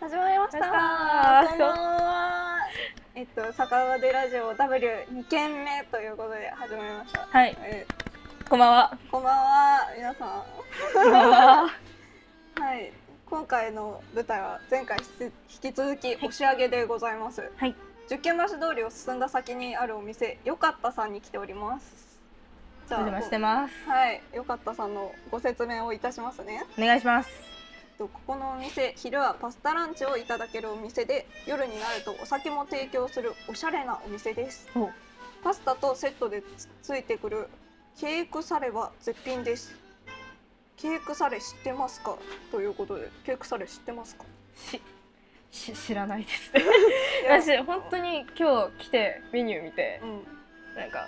始まりました。こん始まりましたばんは。えっと、坂上でラジオ W 二件目ということで始まりました。はい、えこんばんは。こんばんは、皆さん。こんばんは。はい。今回の舞台は前回引き引き続き押し上げでございます。はい。十軒橋通りを進んだ先にあるお店、よかったさんに来ております。おじ邪魔してます。はい、よかったさんのご説明をいたしますね。お願いします。とここのお店昼はパスタランチをいただけるお店で夜になるとお酒も提供するおしゃれなお店ですおパスタとセットでつついてくるケークサレは絶品ですケークサレ知ってますかということでケークサレ知ってますかし、し知らない です。いや私本当に今日来てメニュー見てうんなんか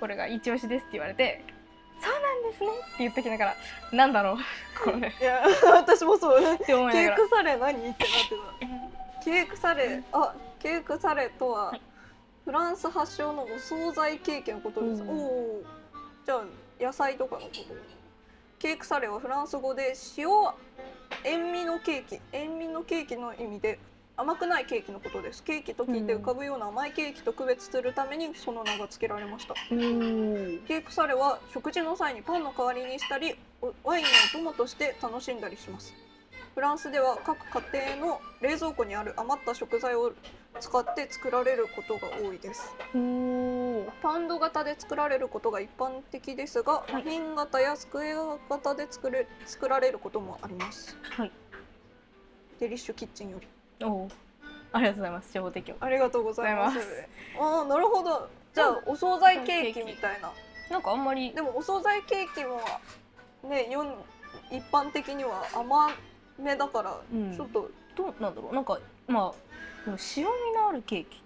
これが一押しですって言われて、そうなんですねって言ってきながらなんだろうこれいや 私もそうねって思いなケがーら。クサレ何ってなってたケークサレあケークサレとははいフランス発祥のお惣菜ケーキのことです、うんおおじゃあ野菜とかのことケークサレはフランス語で塩塩味のケーキ塩味のケーキの意味で甘くないケーキのことですケーキと聞いて浮かぶような甘いケーキと区別するためにその名が付けられましたうーんケークサレは食事の際にパンの代わりにしたりおワインのお供として楽しんだりしますフランスでは各家庭の冷蔵庫にある余った食材を使って作られることが多いですおーパウンド型で作られることが一般的ですがいマフィン型やスクエア型で作れ作られることもありますはい。デリッシュキッチンよりおーありがとうございます。情報提供。ありがとうございますありがとうございああなるほどじゃあお惣菜ケーキみたいななんかあんまりでもお惣菜ケーキもねよん一般的には甘めだから、うんちょっとどうなんだろうなんかまあでも塩味のあるケーキ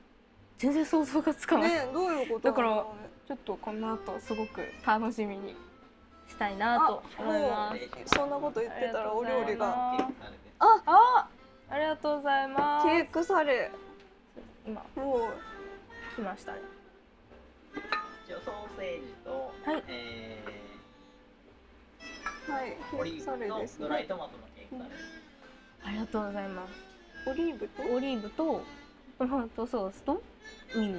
全然想像がつかない。ねどういうことなのだからちょっとこの後すごく楽しみにしたいなと思いもます。うそんなこと言ってたらお料理がありとうございますああ、ありがとうございます。ケークサレ今も来ましたね。一応ソーセージと、はいえうはいーケオーリクーサブレのですドライねトマトのケーキサレありがとうございます。オリーブとオリーブとトマトソースとミニ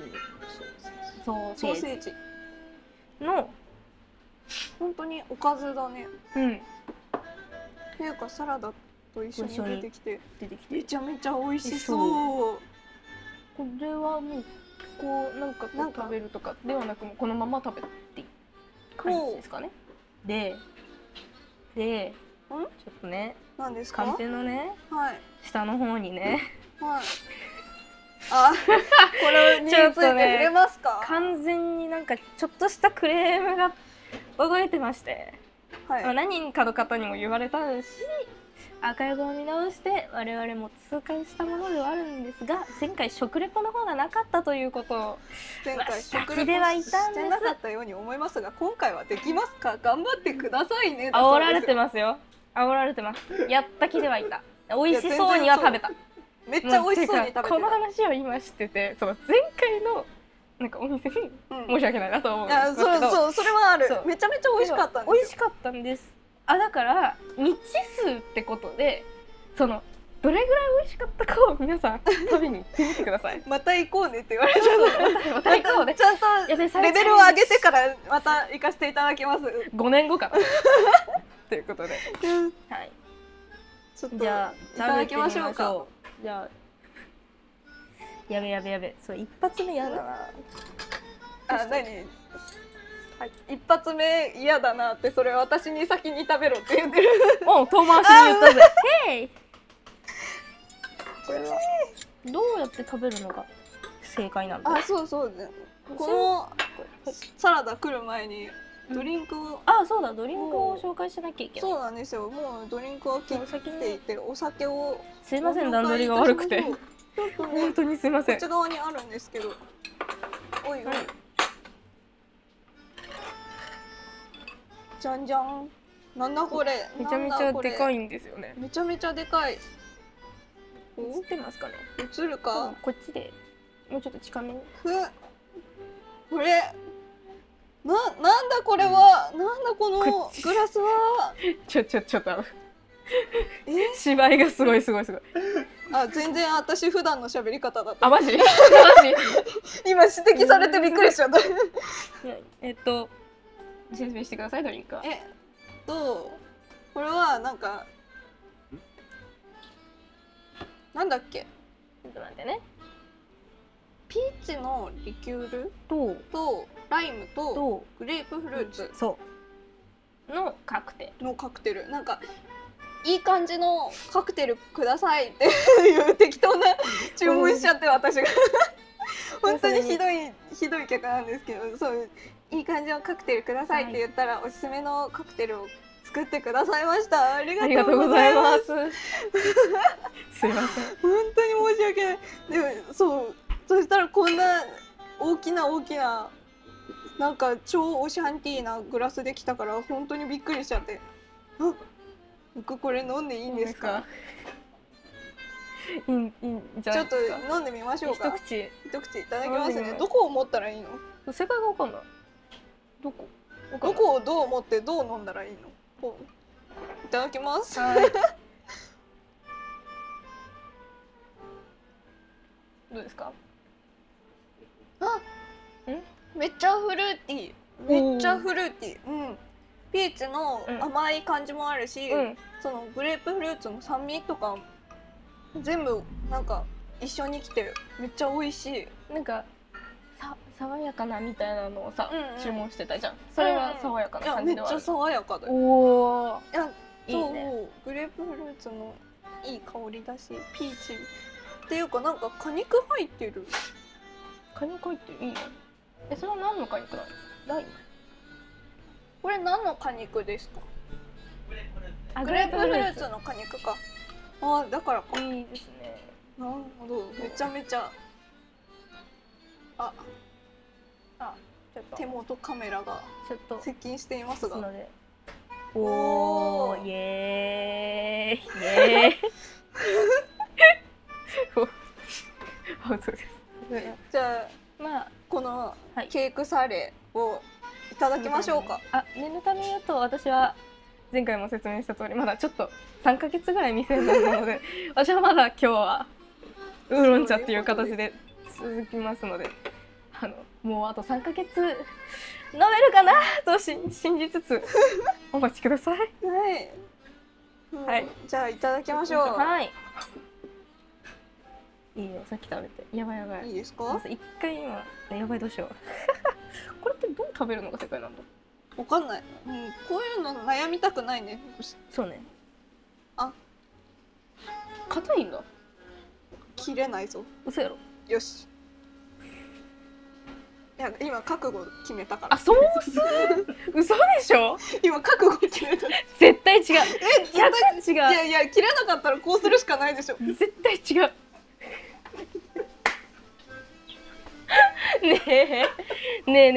そうですソねソーセーセーージジの本当におかずだねうんっていうかサラダと一緒一緒にに出てきて出てきてめる。ちゃめちゃ美味しそうこれはもうこうなんかこなんうか食べるとかではなくもうこのまま食べていく感じですかね。で、で、ちょっとね、なんですかカンはいペのね。はい下の方にねあこれについて触れますか、 完全になんかちょっとしたクレームが届いてまして、はいまあ、何人かの方にも言われたしアーカイブを見直して我々も痛感したものではあるんですが前回食レポの方がなかったということを前まあ回食レ下地ではいたんポでしすてなかったように思いますが今回はできますか頑張ってくださいね煽られてまますよ煽られてますやった気ではい た美味しそうには食べたすめっちゃ美味しそうに食べてもうてかこの話を今知っててその前回のなんかお店にた、うん、申し訳ないなと思うんいですやけそどうそうそれはあるそうめちゃめちゃ美味しかったんですよ美味しかったんですあだから未知数ってことでそのどれぐらい美味しかったかを皆さん食べに行ってみてくださいまた行こうねって言われちゃまた行こううねちゃんとやべレベルを上げてからまた行かせていただきます5年後かなということで、はい、ちょっとじゃあいただきましょうか食べてみましょうじゃあやべやべやべそれ一発目やだなあ何はい一発目嫌だなってそれ私に先に食べろって言ってるもう遠回しに言ったぜヘイこれはどうやって食べるのが正解なんだあそうそうこのサラダ来る前にドリンクを、あそうだドリンクを紹介しなきゃいけないそうなんですよもうドリンクを切っお先てにいてお酒をすいません段取りが悪くてちょっとね本 こ当にすいませんっち側にあるんですけどおいおい、うんじゃんじゃんなんだこれめちゃめちゃでかいいんですよねめちゃめちゃでかい映ってますかね映るかこっちでもうちょっと近めにふこれななんだこれはなんだここのっちグラスはちょちょちょっとあのえ芝居がすごいすごいすごいあ全然私普段の喋り方だっあた マジマジ今指摘されてびっくりしちゃったえっと説明してくださいドリンクはえっとこれはなんかなんだっけちょっと待ってねピーチのリキュールととライムととグレープフルーツそうのカクテのカクテルなんかいい感じのカクテルくださいっていう適当な注文しちゃって私が本当にひどいひどい客なんですけどそういい感じのカクテルくださいって言ったらおすすめのカクテルを作ってくださいましたありありががととううごござざいいまますすいません本当に申し訳ないでもそうそしたらこんな大きな大きななんか超オシャンティーなグラスできたから本当にびっくりしちゃってあ僕これ飲んでいいんですかいいいいんじゃちなょいっでとすか飲んでみましょうか一口一口いただきます飲んでみまねすどこを持ったらいいの正解がわかんないどこわかんどないこをどう持ってどう飲んだらいいのこういただきますどうですかめっちゃフルーティーめっちゃフルーティーうんピーチの甘い感じもあるし、うんそのグレープフルーツの酸味とか全部なんか一緒に来てめっちゃ美味しいなんかさ爽やかなみたいなのをさ、うんうん注文してたじゃんそれは爽やかいなや感めじっちではあゃる爽やかだよおおいやいそいうねグレープフルーツのいい香りだしピーチっていうかなんか果肉入ってるカニカイっていいねえそれは何のカニクなのライムこれ何の果肉ですかグレープフグあルーツねレープフルーツの果肉かあーだからかいいですねなるほどめちゃめちゃあちょっと手元カメラがちょっと接近していますながのでおおーーイエーイイエーイ おあそうですじゃあまあこのはいケークサレをいただきましょうか。あ念のため言うと私は前回も説明した通りまだちょっと3ヶ月ぐらい未成年な ので私はまだ今日はウーロン茶っていう形で続きますのであのもうあと3ヶ月飲めるかなとし信じつつお待ちくださいはい。うんはいじゃあいただきましょう。はいいいよさっき食べてやばいやばいいいですまか？ず一回今やばいどうしようこれってどう 食べるのが正解なんだわかんない。うんこういうの悩みたくないね。そうねあ硬いんだ切れないぞ。嘘やろよし。いや今覚悟決めたから あ。ソース嘘でしょ今覚悟決めた。絶対違うえ絶対100い違やいや切れなかったらこうするしかないでしょ。う絶対違うねえねえねえねえね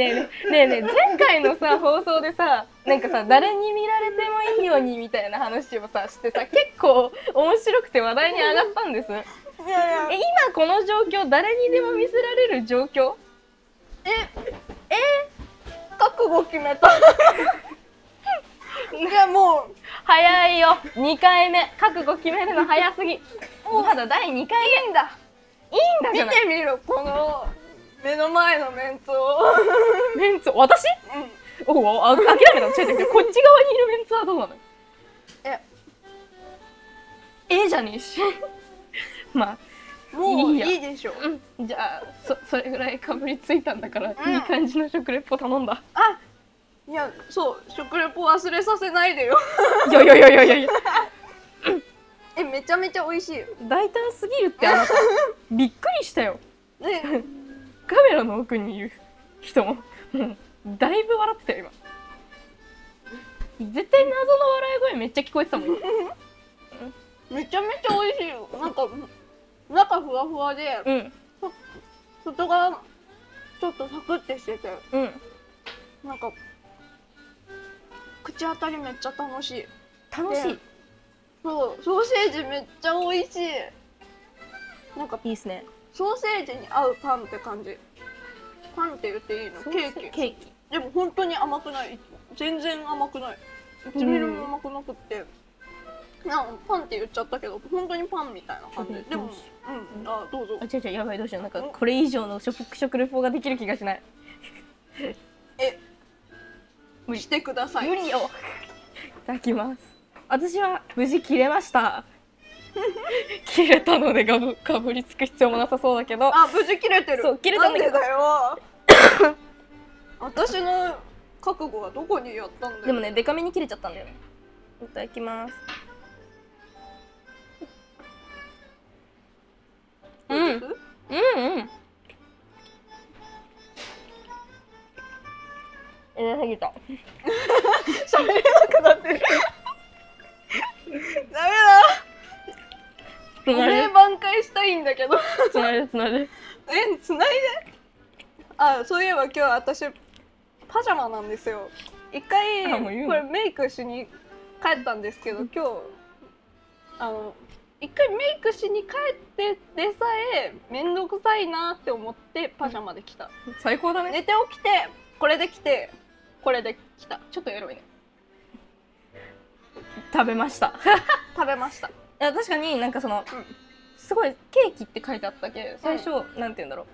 えねえ前回のさ放送でさなんかさ誰に見られてもいいようにみたいな話をさしてさ結構面白くて話題に上がったんでいすやえ今この状況誰にでも見せられる状況覚悟決めた。 いやもう早いよ2回目覚悟決めるの早すぎまだ第2回目だいいんだ見じゃてないみろこの目の前のメンツを。メンツ私うん。おおあ諦めた違う違う違うこっち側にいるメンツはどうなのえええじゃねえし まあもういいよいいでしょう。うんじゃあそそれぐらいかぶりついたんだから、うんいい感じの食レポ頼んだいや、そう、食レポ忘れさせないでよ。いやいやいやいやいや え、めちゃめちゃ美味しいよ。大胆すぎるってあなた びっくりしたよね、カメラの奥にいる人ももうだいぶ笑ってたよ今絶対謎の笑い声めっちゃ聞こえてたもん今めちゃめちゃ美味しいよ。なんか、中ふわふわで、うん外側、ちょっとサクッてしてて、うんなんか、口当たりめっちゃ楽しい。楽しいねそう、ソーセージめっちゃ美味しい。なんか、いいですねソーセージに合うパンって感じ。パンって言っていいのケーキ。ケーキでも本当に甘くない全然甘くない1ミリも甘くなくって、なんかパンって言っちゃったけど本当にパンみたいな感じうんでもどうしうんあどうぞあ違う違うやばいどうしようなんかこれ以上の食食レポができる気がしない無理してください無理よいただきます私は無事切れました 切れたのでがぶかぶりつく必要もなさそうだけどあ無事切れてるそう切れたんだけどなんでだよ私の覚悟はどこにやったんだよでもねデカめに切れちゃったんだよねいただきますどうですうんうんうますぎた喋れなくなってるダメだつこなれれ挽回したいんだけどつなれつなれえ繋いであそういえば今日私パジャマなんですよ一回あもう言うのこれメイクしに帰ったんですけど今日あの一回メイクしに帰ってでさえ面倒くさいなって思ってパジャマで来た最高だね寝て起きてこれで来てこれで来たちょっとエロいね食べました食べましたいや確かになんかその、うんすごいケーキって書いてあったけ最初、なんて言うんだろ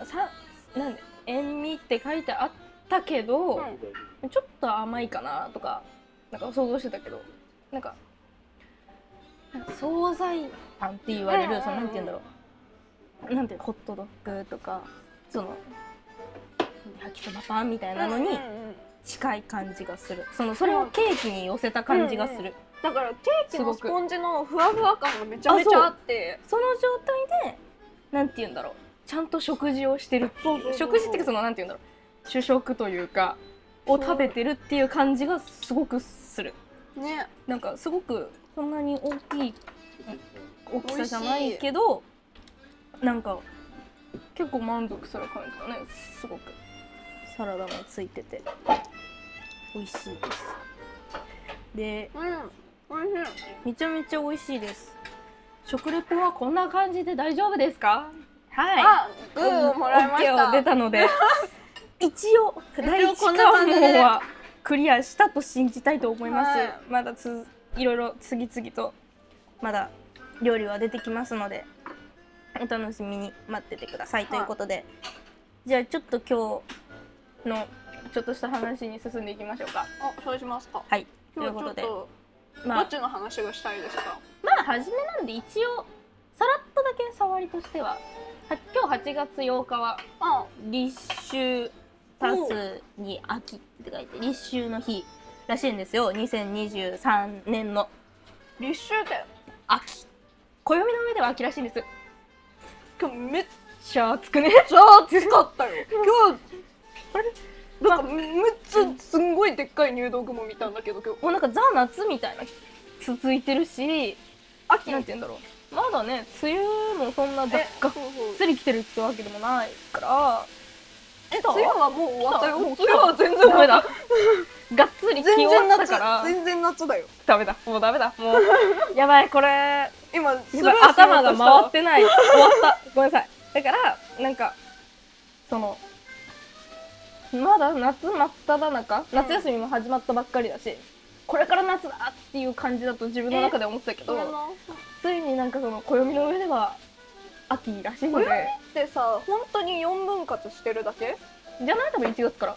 うさなんで塩味って書いてあったけど、ちょっと甘いかなとかなんか想像してたけどなんかなんか惣菜パンって言われうんうんうんるそのなんて言うんだろうなんてホットドッグとかその焼きそばパンみたいなのにうんうんうん近い感じがするそのそれをケーキに寄せた感じがする、うんうんだからケーキすのごスくポンジのふわふわ感がめちゃめちゃあってその状態でなんて言うんだろうちゃんと食事をしてるっていうそうそうそうそう食事っていうかそのなんて言うんだろう主食というかを食べてるっていう感じがすごくするねなんかすごくそんなに大きい大きさじゃないけどなんか結構満足する感じだねすごくサラダもついてて美味しいですでうん美味しいめちゃめちゃ美味しいです食レポはこんな感じで大丈夫ですかはいあグーもらいましオッケーを出たたの で一応第一こんな感関じで門はクリアしたと信じたいと思います、はいまだついろいろ次々とまだ料理は出てきますのでお楽しみに待っててくださいということで、じゃあちょっと今日のちょっとした話に進んでいきましょうかあそうしますかはいとい今う日ちょことっでとどまあっちの話がしたいですかまあ初めなんで一応さらっとだけ触りとしてはは今日8月8日はあ立秋立つに秋って書いて立秋の日らしいんですよ2023年の立秋で秋暦の上では秋らしいんです今日めっしゃあつくねちゃ暑かった よ今日なんかめめっちゃすんごいでっかい入道雲見たんだけど今日もうなんかザ夏みたいな続いてるし秋なんて言うんだろうまだね梅雨もそんなそざっうがっそうつり来てるってわけでもないからえ梅雨はもう終わったよそう梅雨は全然終ダわメっただ がっつり全気然温だか夏ら全然夏だよダメだもうダメだも うやばいこれ今スルーしようとした頭が回ってない終わったごめんなさいだからなんかそのまだ夏真っ只中夏休みも始まったばっかりだし、これから夏だっていう感じだと自分の中で思ってたけど、ついになんかその暦の上では秋らしいのでってさ本当に4分割してるだけじゃない多分1月から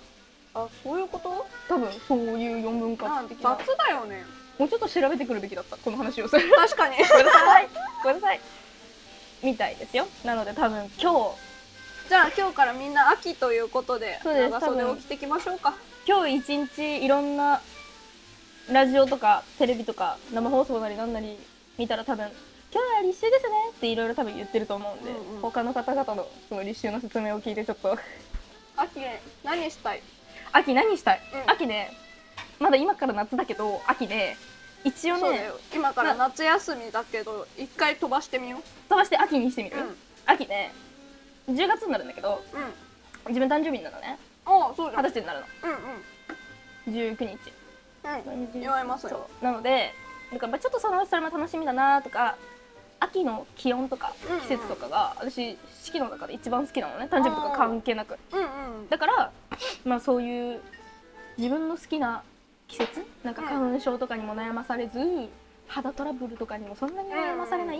あそういうこと多分そういう4分割的な雑だよねもうちょっと調べてくるべきだったこの話をする確かにごめんなさいごめんなさいみたいですよなので多分今日じゃあ今日からみんな秋ということでそうです長袖を着てきましょうか今日一日いろんなラジオとかテレビとか生放送なりなんなり見たら多分「今日は立秋ですね」っていろいろ多分言ってると思うんで、うんうん他の方々のその立秋の説明を聞いてちょっと秋何したい秋何したい、うん秋ねまだ今から夏だけど秋ね一応そうだねよ今から夏休みだけど一回飛ばしてみよ飛ばして秋にしてみうる、うん秋ね10月になるんだけどうん自分誕生日なのねああそうじゃ二ん十歳になるのうんうん19日うん祝いますよそうなのでなんかまあちょっとそのそれも楽しみだなとか秋の気温とかうんうん季節とかが、私四季の中で一番好きなのね誕生日とあーか関係なくうんうんだからまあそういう自分の好きな季節なんかうん花粉症とかにも悩まされず、肌トラブルとかにもそんなに悩まされない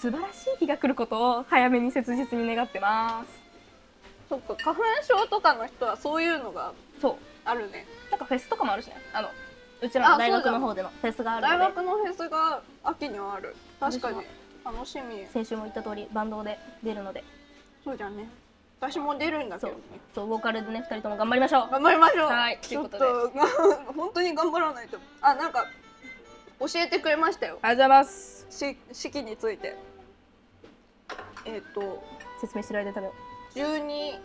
素晴らしい日が来ることを早めに切実に願ってますそっか花粉症とかの人はそういうのがそうあるねなんかフェスとかもあるしねあのうちらの大学の方でのフェスがあるの大で学のフェスが秋にはある確かに私楽しみ先週も言った通りバンドで出るのでそうじゃんね私も出るんだけどねそうボーカルでね2人とも頑張りましょう頑張りましょうはいちょっと という本当に頑張らないとあなんか教えてくれましたよありがとうございますし式についてえっ、と説明してる間に食べよ十二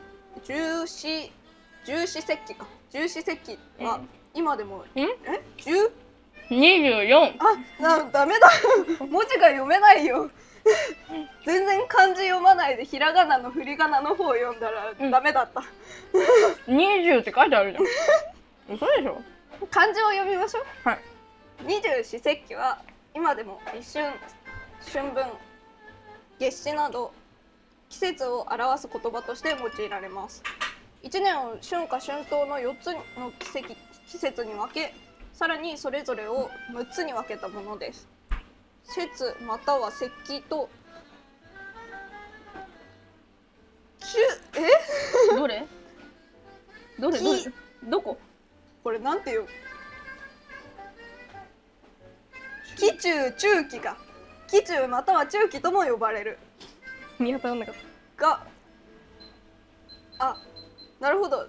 十四十四節気か十四節気はえ今でもえ十う24あなダメだ文字が読めないよ全然漢字読まないでひらがなの振り仮名の方を読んだらうんダメだった、 20って書いてあるじゃん 嘘でしょ漢字を読みましょうはい二十四節気は今でも立春春分夏至など季節を表す言葉として用いられます一年を春夏春冬の四つの季節季節に分けさらにそれぞれを六つに分けたものです節または節気ときゅえどれどれきどれどここれなんていう気中中期か気中または中期とも呼ばれる見当たらなかっがあなるほど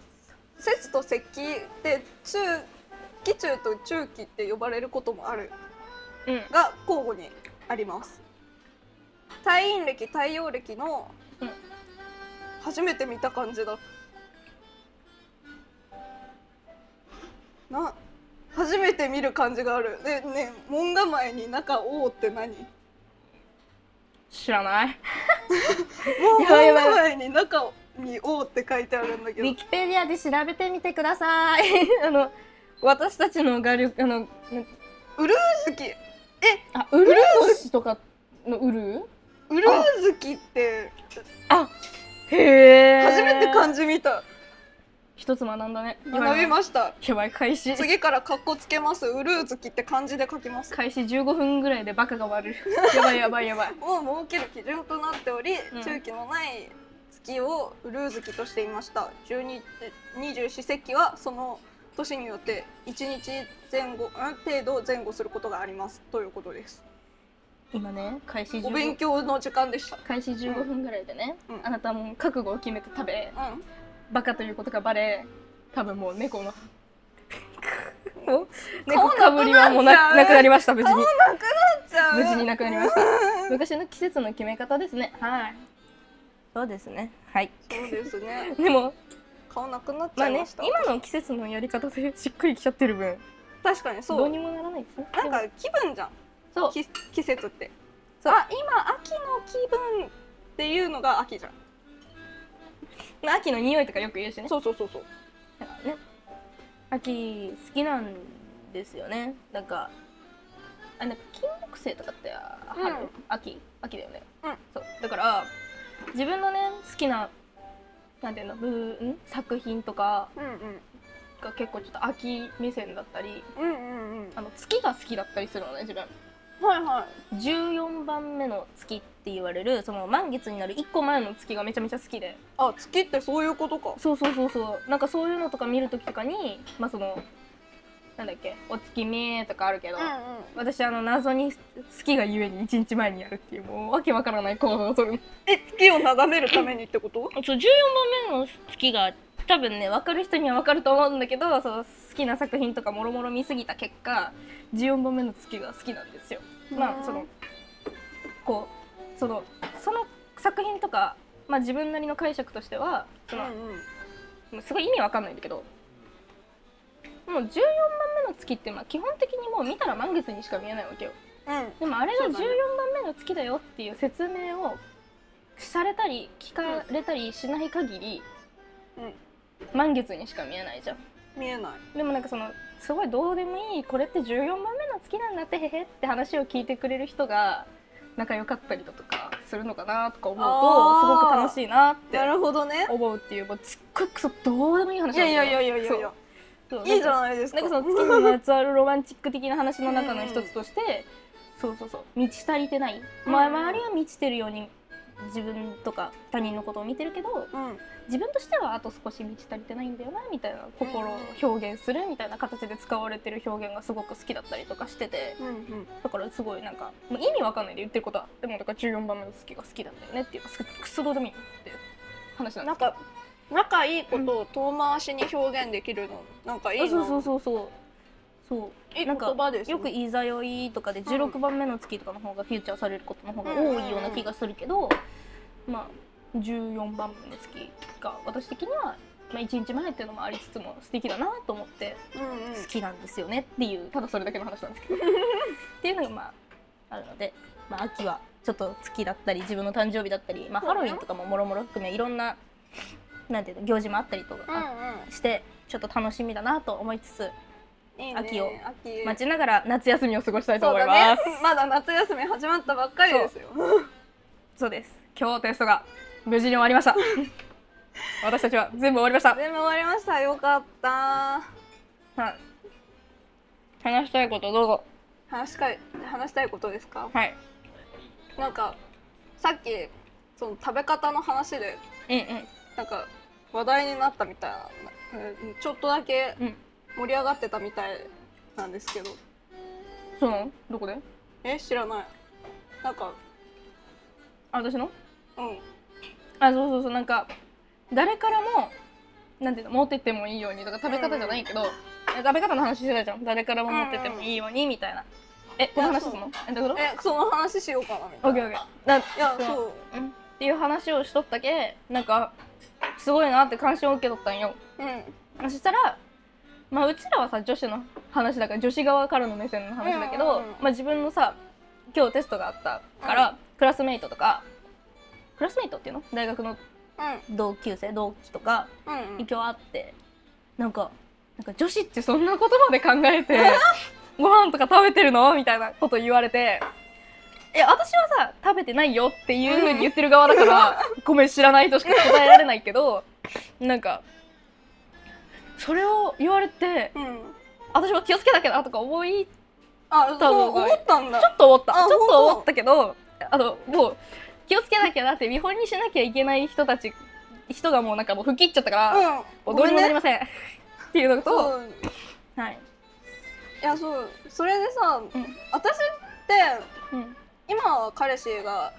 節と節気で中気中と中期って呼ばれることもあるたうんが交互にあります太陰暦太陽暦の、うん初めて見た感じだな初めて見る感じがあるでね門構えに中「王って何門知らないばいやば構いえに中に「王って書いてあるんだけウどィキペディアで調べてみてくださ いあの私たちの画力あのなウルーズキあウルースとかのウルーウルーズキってへえ初めて漢字見た一つ学んだね学びましたやばい開始次からカッコつけますウルーズキって漢字で書きます開始15分ぐらいでバカが割る やばいやばいやばいを設ける基準となっており、うん中期のない月をウルー月としていました十二二十四節気はその年によって一日前後うん程度前後することがありますということです今ね開始15お勉強の時間でした開始15分ぐらいでね、うんあなたはもう覚悟を決めて食べうんバカということがバレ多分もう猫の もう顔なくなっちゃ猫うかぶりはもうななくなりました無事にじゃあ無事になくなりましたうん昔の季節の決め方ですねはいそうですねはいそうです ねでも顔なくなっちまゃあいまねした、今の季節のやり方でしっくりきちゃってる分確かにどそううにもならないですねなんか気分じゃんでもそきう季節ってそうあ今秋の気分っていうのが秋じゃんまあ秋の匂いとかよく言うしねそうそうそうそうだからね秋好きなんですよねなんかあなんか金木犀とかって春、うん秋秋だよね、うんそうだから自分のね好きななんていうのぶん作品とかうんが結構ちょっと秋目線だったりうんうんうんうんあの月が好きだったりするのね自分はいはい14番目の月って言われるその満月になる1個前の月がめちゃめちゃ好きであ月ってそういうことかそうそうそうそうなんかそういうのとか見るときとかにまあそのなんだっけお月見とかあるけど、うん私あの謎に好きがゆえに1日前にやるっていうもうわけわからない行動をとるのえ月を眺めるためにってことそう14番目の月が多分ね分かる人には分かると思うんだけどそう好きな作品とかもろもろ見すぎた結果14番目の月が好きなんですよ。まあそのこうそのその作品とか、まあ、自分なりの解釈としてはそのうんうんもうすごい意味わかんないんだけどもう14番目の月ってまあ基本的にもう見たら満月にしか見えないわけようんでもあれがそう14だね番目の月だよっていう説明をされたり聞かれたりしない限り、うん満月にしか見えないじゃん見えないでもなんかそのすごいどうでもいいこれって14番目の月なんだってへへって話を聞いてくれる人が仲良かったりだとかするのかなとか思うとすあーごく楽しいなってなるほどね思うっていうもうすっごいクソどうでもいい話なんだけどいやいやいやいやいやそうそういいじゃないですなかんかその月にまつわるロマンチック的な話の中の一つとして、そうそうそう満ち足りてない、まあ、うん周りは満ちてるように自分とか他人のことを見てるけどうん自分としてはあと少し満ち足りてないんだよなみたいな心を表現するみたいな形で使われてる表現がすごく好きだったりとかしててうんうんだからすごいなんかもう意味わかんないで言ってることはでもだから14番目の好きが好きなんだよねっていうすくそどうでもいいっていう話なんなでんか仲いいことを遠回しに表現できるのなんかいいすなあそうそうそうそうそういいな言んか葉ですねよく「いざよい」とかで16番目の月とかの方がフィーチャーされることの方が多いような気がするけど、まあ14番目の月が私的には、まあ、1日前っていうのもありつつも素敵だなと思ってうんうん好きなんですよねっていうただそれだけの話なんです けどっていうのがまああるので、まあ、秋はちょっと月だったり自分の誕生日だったり、まあ、そうハねロウィンとかももろもろ含めいろんななんていうの行事もあったりとかうんうんしてちょっと楽しみだなと思いつついいね秋を秋待ちながら夏休みを過ごしたいとそう思いだます。ねまだ夏休み始まったばっかりですよそうです今日テストが無事に終わり ました私たちは全部終わりました全部終わりましたよかったはい話したいことどうぞ話したい話したいことですかはいなんかさっきその食べ方の話でうんうんなんか話題になったみたいなうんちょっとだけうん盛り上がってたみたいなんですけど、そうなのどこでえ知らないなんかあ私のうんあそうそうそうなんか誰からもなんていうの持ってってもいいようにとか食べ方じゃないけど、え食べ方の話してたじゃん誰からも持ってってもいいようにみたいな、えこの話すんのえどういうこえその話しようかなみたとオいッケなーいオッケーなやっそうそうていう話をしとったけなんかすごいなって関心を受け取ったんようんそしたらまあうちらはさ女子の話だから女子側からの目線の話だけど、うんうんうんまあ自分のさ今日テストがあったから、クラスメイトとかクラスメイトっていうの大学の同級生同期とかうんうんうん影響あってなんかなんか女子ってそんなことまで考えてご飯とか食べてるのみたいなこと言われていや私はさ食べてないよっていうふうに言ってる側だから、ごめん知らないとしか答えられないけどなんかそれを言われてうん私も気をつけなきゃなとか思いちあ多そう分思ったんょだっと思ったあちょ本っと当思ったけどあともう気をつけなきゃなって見本にしなきゃいけない人たち人がもうなんかもう吹き切っちゃったから、もううんどうにもなりねませんっていうのと、そうはい、いやそうそれでさ、ん私ってうん、今は彼氏が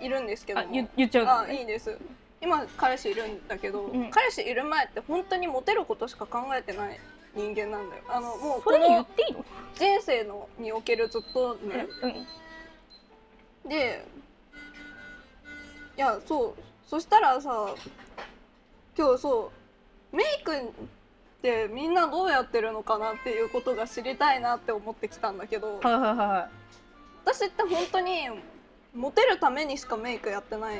いるんですけどあも言言っちゃうのあいいです今彼氏いるんだけど、うん彼氏いる前って本当にモテることしか考えてない人間なんだよあのもうそこれで言のっていいの人生のにおけるずっとね、うんでいやそうそしたらさ今日そうメイクってみんなどうやってるのかなっていうことが知りたいなって思ってきたんだけどはいはいはいはい私って本当にモテるためにしかメイクやってない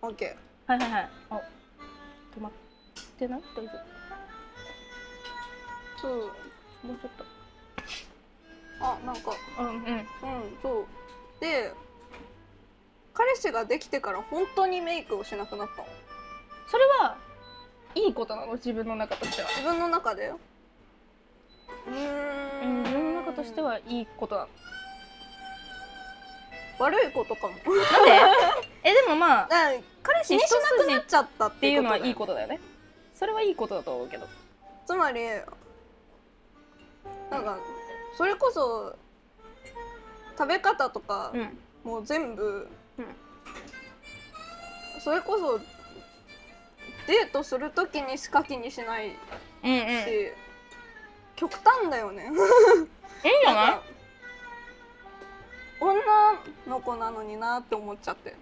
わけはいはいはいあ止まってない大丈そ夫うもうちょっとあなんかうんうんうんそうで彼氏ができてから本当にメイクをしなくなったのそれはいいことなの自分の中としては自分の中でうーうんん自分の中としてはいいことなの悪いことかもなんで えでもまあなんか彼気氏に一しなく筋なっっちゃったってていいううのことはだよいいことだよねそれはいいことだと思うけどつまりなんかそれこそ食べ方とか、うんもう全部、うんそれこそデートする時にしか気にしないし、うんうんいいん極端だよねじゃない 女の子なのになって思っちゃって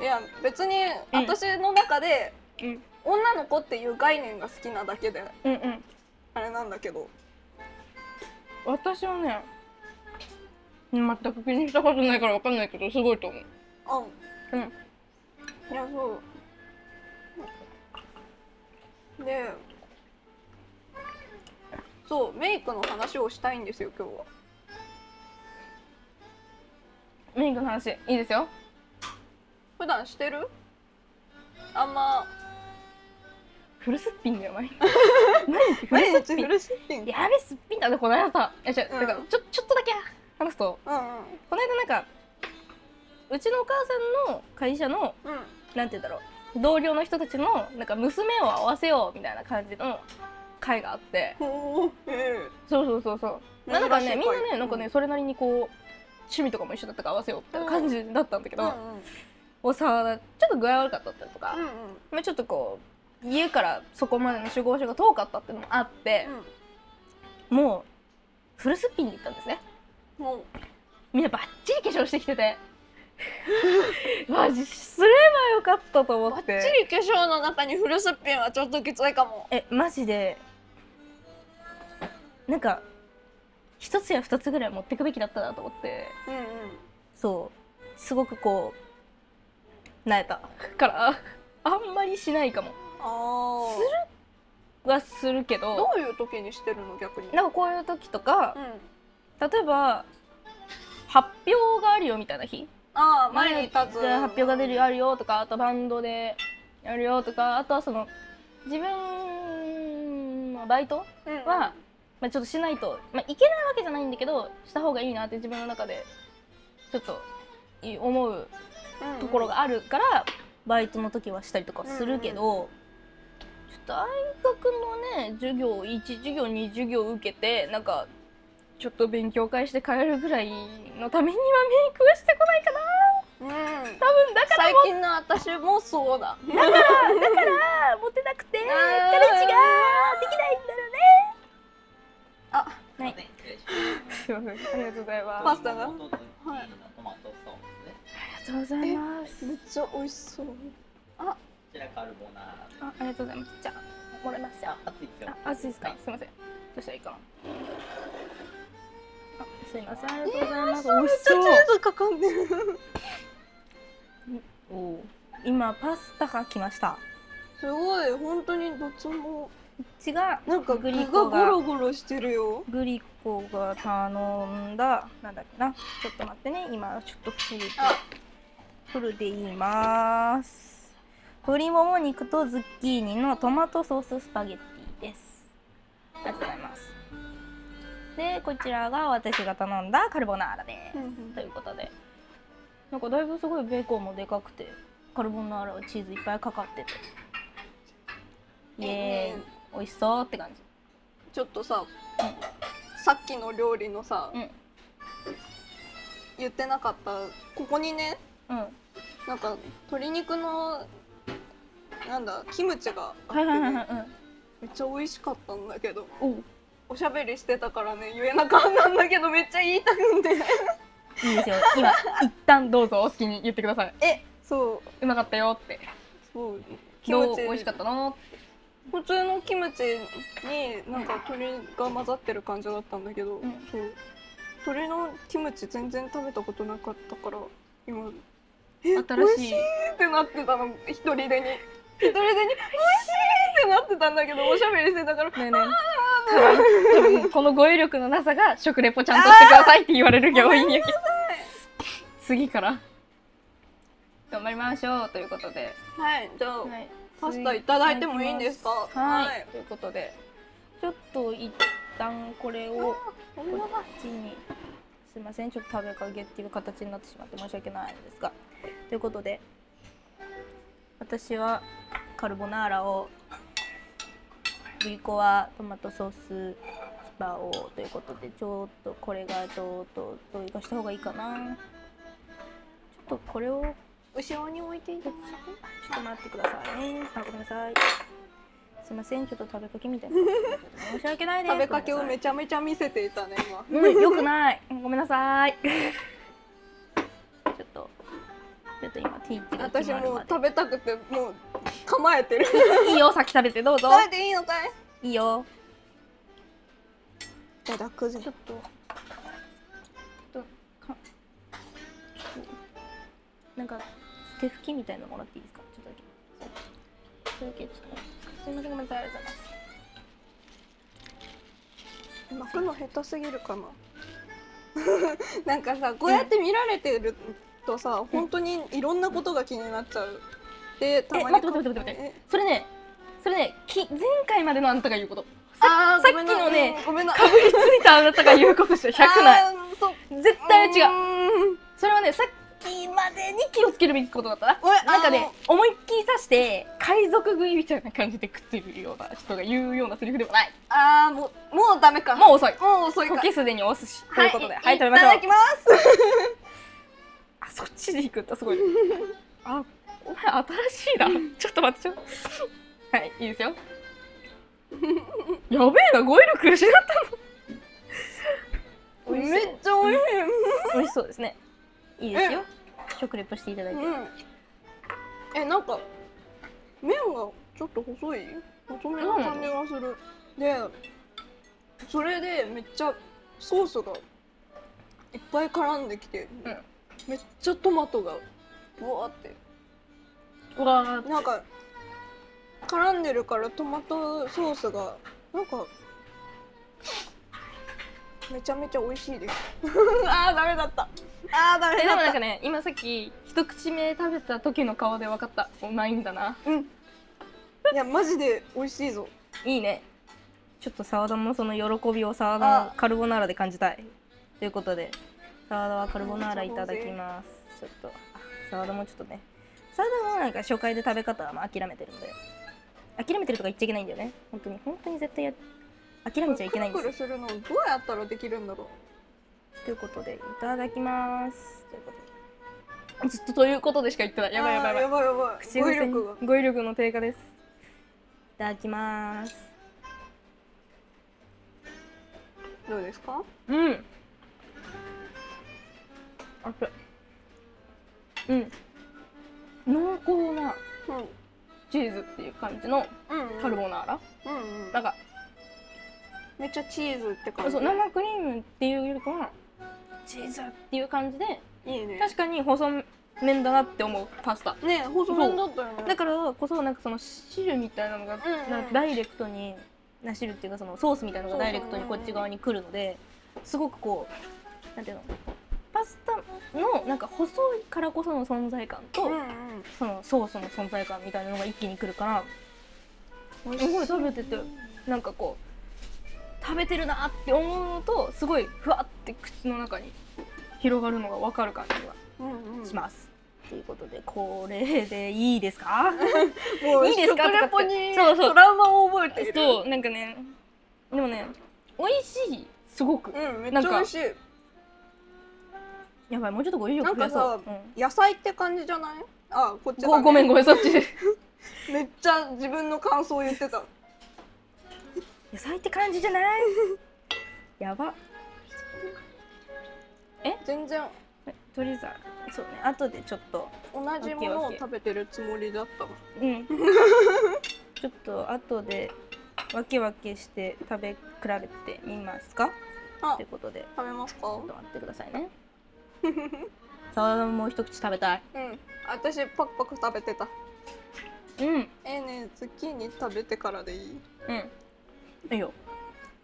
いや別にうん私の中で、うん女の子っていう概念が好きなだけでうんうんあれなんだけど私はね全く気にしたことないからわかんないけどすごいと思うあうんいやそうでそうメイクの話をしたいんですよ今日はメイクの話いいですよ普段してるあんま普フルすっぴんじ ゃない毎毎日日フフルル出勤やべすっぴんだねこの間さいやじゃ、うんだからちょちょっとだけ話すとうんこの間なんかうちのお母さんの会社のうんうんなんて言うんだろう同僚の人たちのなんか娘を合わせようみたいな感じの会があってほうえそうそうそうそうえなんかね珍みしんいなねなんかねそれなりにこう趣味とかも一緒だったから合わせようみたいな感じだったんだけうど、んうんおさちょっと具合悪かったとか、うんうんまあ、ちょっとこう家からそこまでの集合所が遠かったっていうのもあって、もうフルすっぴんで行ったんですねうんもみんなバッチリ化粧してきてて マジすればよかったとう思バっッてチリ化粧の中にフルすっぴんはちょっときついかもえマジでなんか一つや二つぐらい持ってくべきだったなと思ってうんうんそうすごくこうなえた からあんまりしないかもああはするけどどういう時にしてるの逆になんかこういう時とかう、ん例えば発表があるよみたいな日ああ前に立つで発表が出るよあるよとかあとバンドでやるよとかあとはその自分のバイトうんは、まあ、ちょっとしないと、まあ、いけないわけじゃないんだけどした方がいいなって自分の中でちょっとい思ううんうんところがあるから、バイトの時はしたりとかするけど、ちょっと大学のね授業1授業2授業受けてなんかちょっと勉強会して帰るぐらいのためにはメイクはしてこないかなうん多分だから最近の私もそうだモテなくてー彼氏ができないんだろうねあはいすいませんありがとうございます パスタがはい。トマトソースね。ありがとうございますめっちゃ美味しそうこちらカルボナーラ。あありがとうございますじゃあもらいますよあ、熱いですよあ。熱いですか、はすいませんどうしたらいいかなあすいませんありがとうございます、美味しそうチーズかかんでるお今パスタが来ましたすごい本当にどっちも違うなんかグ具リがコゴがロゴロしてるよグリコが頼んだなんだっけなちょっと待ってね今ちょっとフルであフルで言います鶏もも肉とズッキーニのトマトソーススパゲッティですありがとうございますでこちらが私が頼んだカルボナーラです、ということでなんかだいぶすごいベーコンもでかくてカルボナーラはチーズいっぱいかかっててイエーイ美味しそうって感じちょっとささっきの料理のさうん言ってなかったここにねうんはなんか鶏肉のなんだキムチがあっていはいはいねはいめっちゃ美味しかったんだけどうんおおしゃべりしてたからね言えなかったんだけどめっちゃ言いたくんでいいですよ今一旦どうぞお好きに言ってくださいえそううまかったよってそうキどムうチ美味しかったの普通のキムチになんか鶏が混ざってる感じだったんだけど、んそう鶏のキムチ全然食べたことなかったから今え新美味ししいいってなってたの一人でに一人でに美味しいってなってたんだけどおしゃべりしてたからねえねえ多分多分この語彙力のなさが食レポちゃんとしてくださいって言われる要因やけど次から頑張りましょうということで、はいじゃあ、はい、パスタいただいてもいいんですかはい、はいということでちょっと一旦これをここんなっちにすいませんちょっと食べかけっていう形になってしまって申し訳ないんですがということで私はカルボナーラをグリコはトマトソーススパをということでちょっとこれがちょっとどうにかした方がいいかなちょっとこれを後ろに置いていただいてちょっと待ってくださいね。あ、ごめんなさい。すいません、ちょっと食べかけみたいな感じになっちゃって。申し訳ないです。食べかけをごめんめなちゃめちゃ見せていたね 今さいうん、よくない。ごめんなさい。ちょっと。ちょっと今ティーチが私決まるもまうで食べたくてもう構えてるいいよ先食べてどうぞ食べていいの かいいいよいただくぜちょっとちょっとかちょっとなんか手拭きみたいなのもらっていいですかちょっとだけちょっとだけちょっと待ってすいませんごめんなさいありがとうございます巻くの下手すぎるか ななんかさこうやって見られてるとさ、本当にいろんなことが気になっちゃうでたまにえ待って待って待って待ってえそれねそそれねき前回までのあなたが言うことささっきのねごめんなかぶりついたあなたが言うことじゃ100ないあーそう絶対違ううーんそれはねさっきまでに気をつけるべきことだったなごめんなんかね思いっきり刺して海賊食いみたいな感じで食ってるような人が言うようなセリフではないあーもうもうダメかもう遅いもう遅いか時すでにお寿司ということではい食べましょいうただきますあそっちで行くんだすごいあお前新しいなちょっと待ってちょっとはいいいですよやべえな語彙力失ったのめっめっちゃ美味しい美味しそうですねいいですよ食レポしていただいてうんえなんか麺がちょっと細い細めの感じがするでそれでめっちゃソースがいっぱい絡んできて、うんめっちゃトマトがぶわーってうわーなんか絡んでるからトマトソースがなんかめちゃめちゃ美味しいです あーダメだったあーダえメでだもったなんかね今さっき一口目食べた時の顔で分かったうまいんだなうんいやマジで美味しいぞいいねちょっと沢田もその喜びを沢田のカルボナーラで感じたいということで沢田はカルボナーラいただきますちょっとあ沢田もちょっとね沢田もなんか初回で食べ方はまあ諦めてるので諦めてるとか言っちゃいけないんだよね本当に本当に絶対や諦めちゃいけないんでクすルよクルするのどうやったらできるんだろということでいただきますということでずっとということでしか言ってないうやばいやばいあーやばいやばいやばい口語彙癖力が語彙力の低下ですいただきますどうですかうん熱いうん濃厚なうんうんチーズっていう感じのうんカルボナーラ、うんうんなんかめっちゃチーズって感じそう生クリームっていうよりかはチーズっていう感じでいいね確かに細麺だなって思うパスタね細麺だったよねだからこそなんかその汁みたいなのが、んうんなんかダイレクトにな汁っていうかそのソースみたいなのがダイレクトにこっち側に来るのですごくこうなんていうのパスタのなんか細いからこその存在感と、うんうんそのソースの存在感みたいなのが一気に来るからすごい食べててなんかこう食べてるなって思うのとすごいふわって口の中に広がるのが分かる感じがうんうんします。ということでこれでいいですかもういいですか食レポにそうそうトラウマを覚えているそうなんかねでもね美味しいすごくうんめっちゃ美味しいやばいもうちょっとご彙力増やなそんうか、野菜って感じじゃないあこっちうんだ、ね、ごごめんごめんそ っちめっちゃ自分の感想を言ってた野菜って感じじゃないやば全然とりあえずはそうね後でちょっと同じものを食べてるつもりだったわうん、 ちょっと後で分け分けして食べ比べてみますかあということで食べますかちょっと待ってくださ いねサワダもう一口食べたいうん私パクパク食べてたうんうんええねズッキーニ食べてからでいいいいよ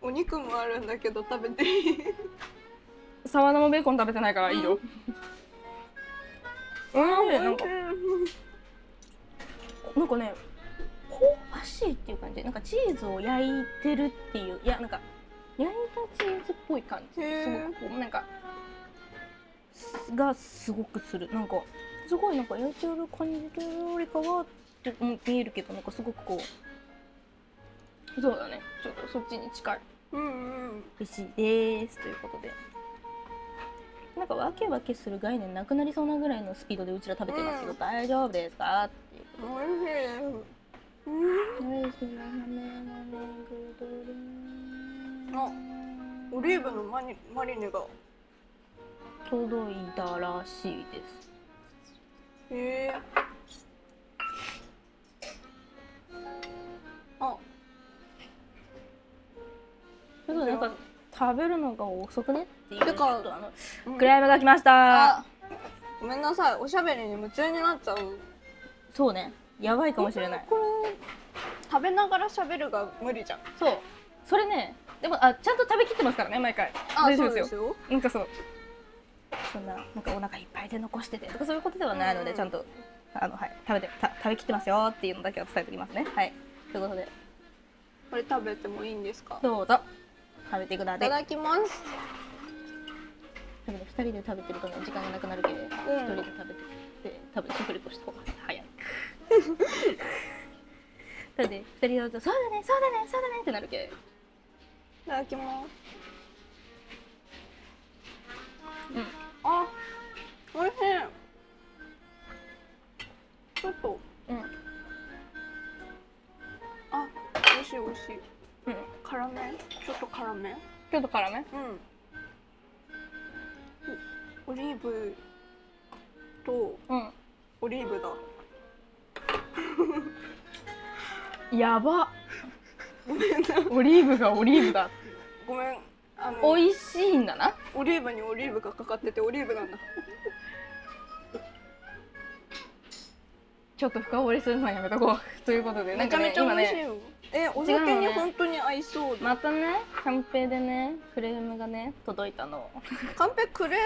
お肉もあるんだけど食べていいサワダもベーコン食べてないからいいようん、なんかなんかね香ばしいっていう感じなんかチーズを焼いてるっていういやなんか焼いたチーズっぽい感じへーすごくこうなんかすがすごくするなんかすごいなんか焼いてる感じというよりかはってうん見えるけどなんかすごくこうそうだねちょっとそっちに近いうんうん美味しいですということでなんかわけわけする概念なくなりそうなぐらいのスピードでうちら食べてますけど、うん大丈夫ですかっていうおいしいですうんあオリーブのマニマリネが届いたらしいです。へえあちょっとなんか食べるのが遅くねっていう。てかちょっとあのうんクライムが来ました。あごめんなさいおしゃべりに夢中になっちゃうそうね。やばいかもしれない。これ食べながらしゃべるが無理じゃんそう。それね。でもあちゃんと食べきってますからね毎回。あ大丈そ夫うでですすよ。よなんかそう。そんななんかお腹いっぱいで残しててとかそういうことではないので、うんちゃんとあのはい食べてた食べきってますよっていうのだけは伝えておきますね。はい。ということでこれ食べてもいいんですかいどうぞ食べてくださたい。だきます多分ね二人で食べてるともう時間がなくなるけんど、一人で食べてで多分食レポした方が早い。 だって二人だとそうだねそうだねそうだねってなるけいど。ただきますうんあおいしいちょっとうんあおいしいおいしいうん辛めちょっと辛めうんちょっと辛めおオリーブとうんオリーブだや ばオリーブがオリーブだごめんあの美味しいんだなオリーブにオリーブがかかっててオリーブなんだちょっと深掘りするのはやめとこう ということでなめんちか、ゃね、めちゃ美味しい今ねよ、えお違う酒のにね本当に合いそうだまたねカンペでねフレームがね届いたの。カンペクレー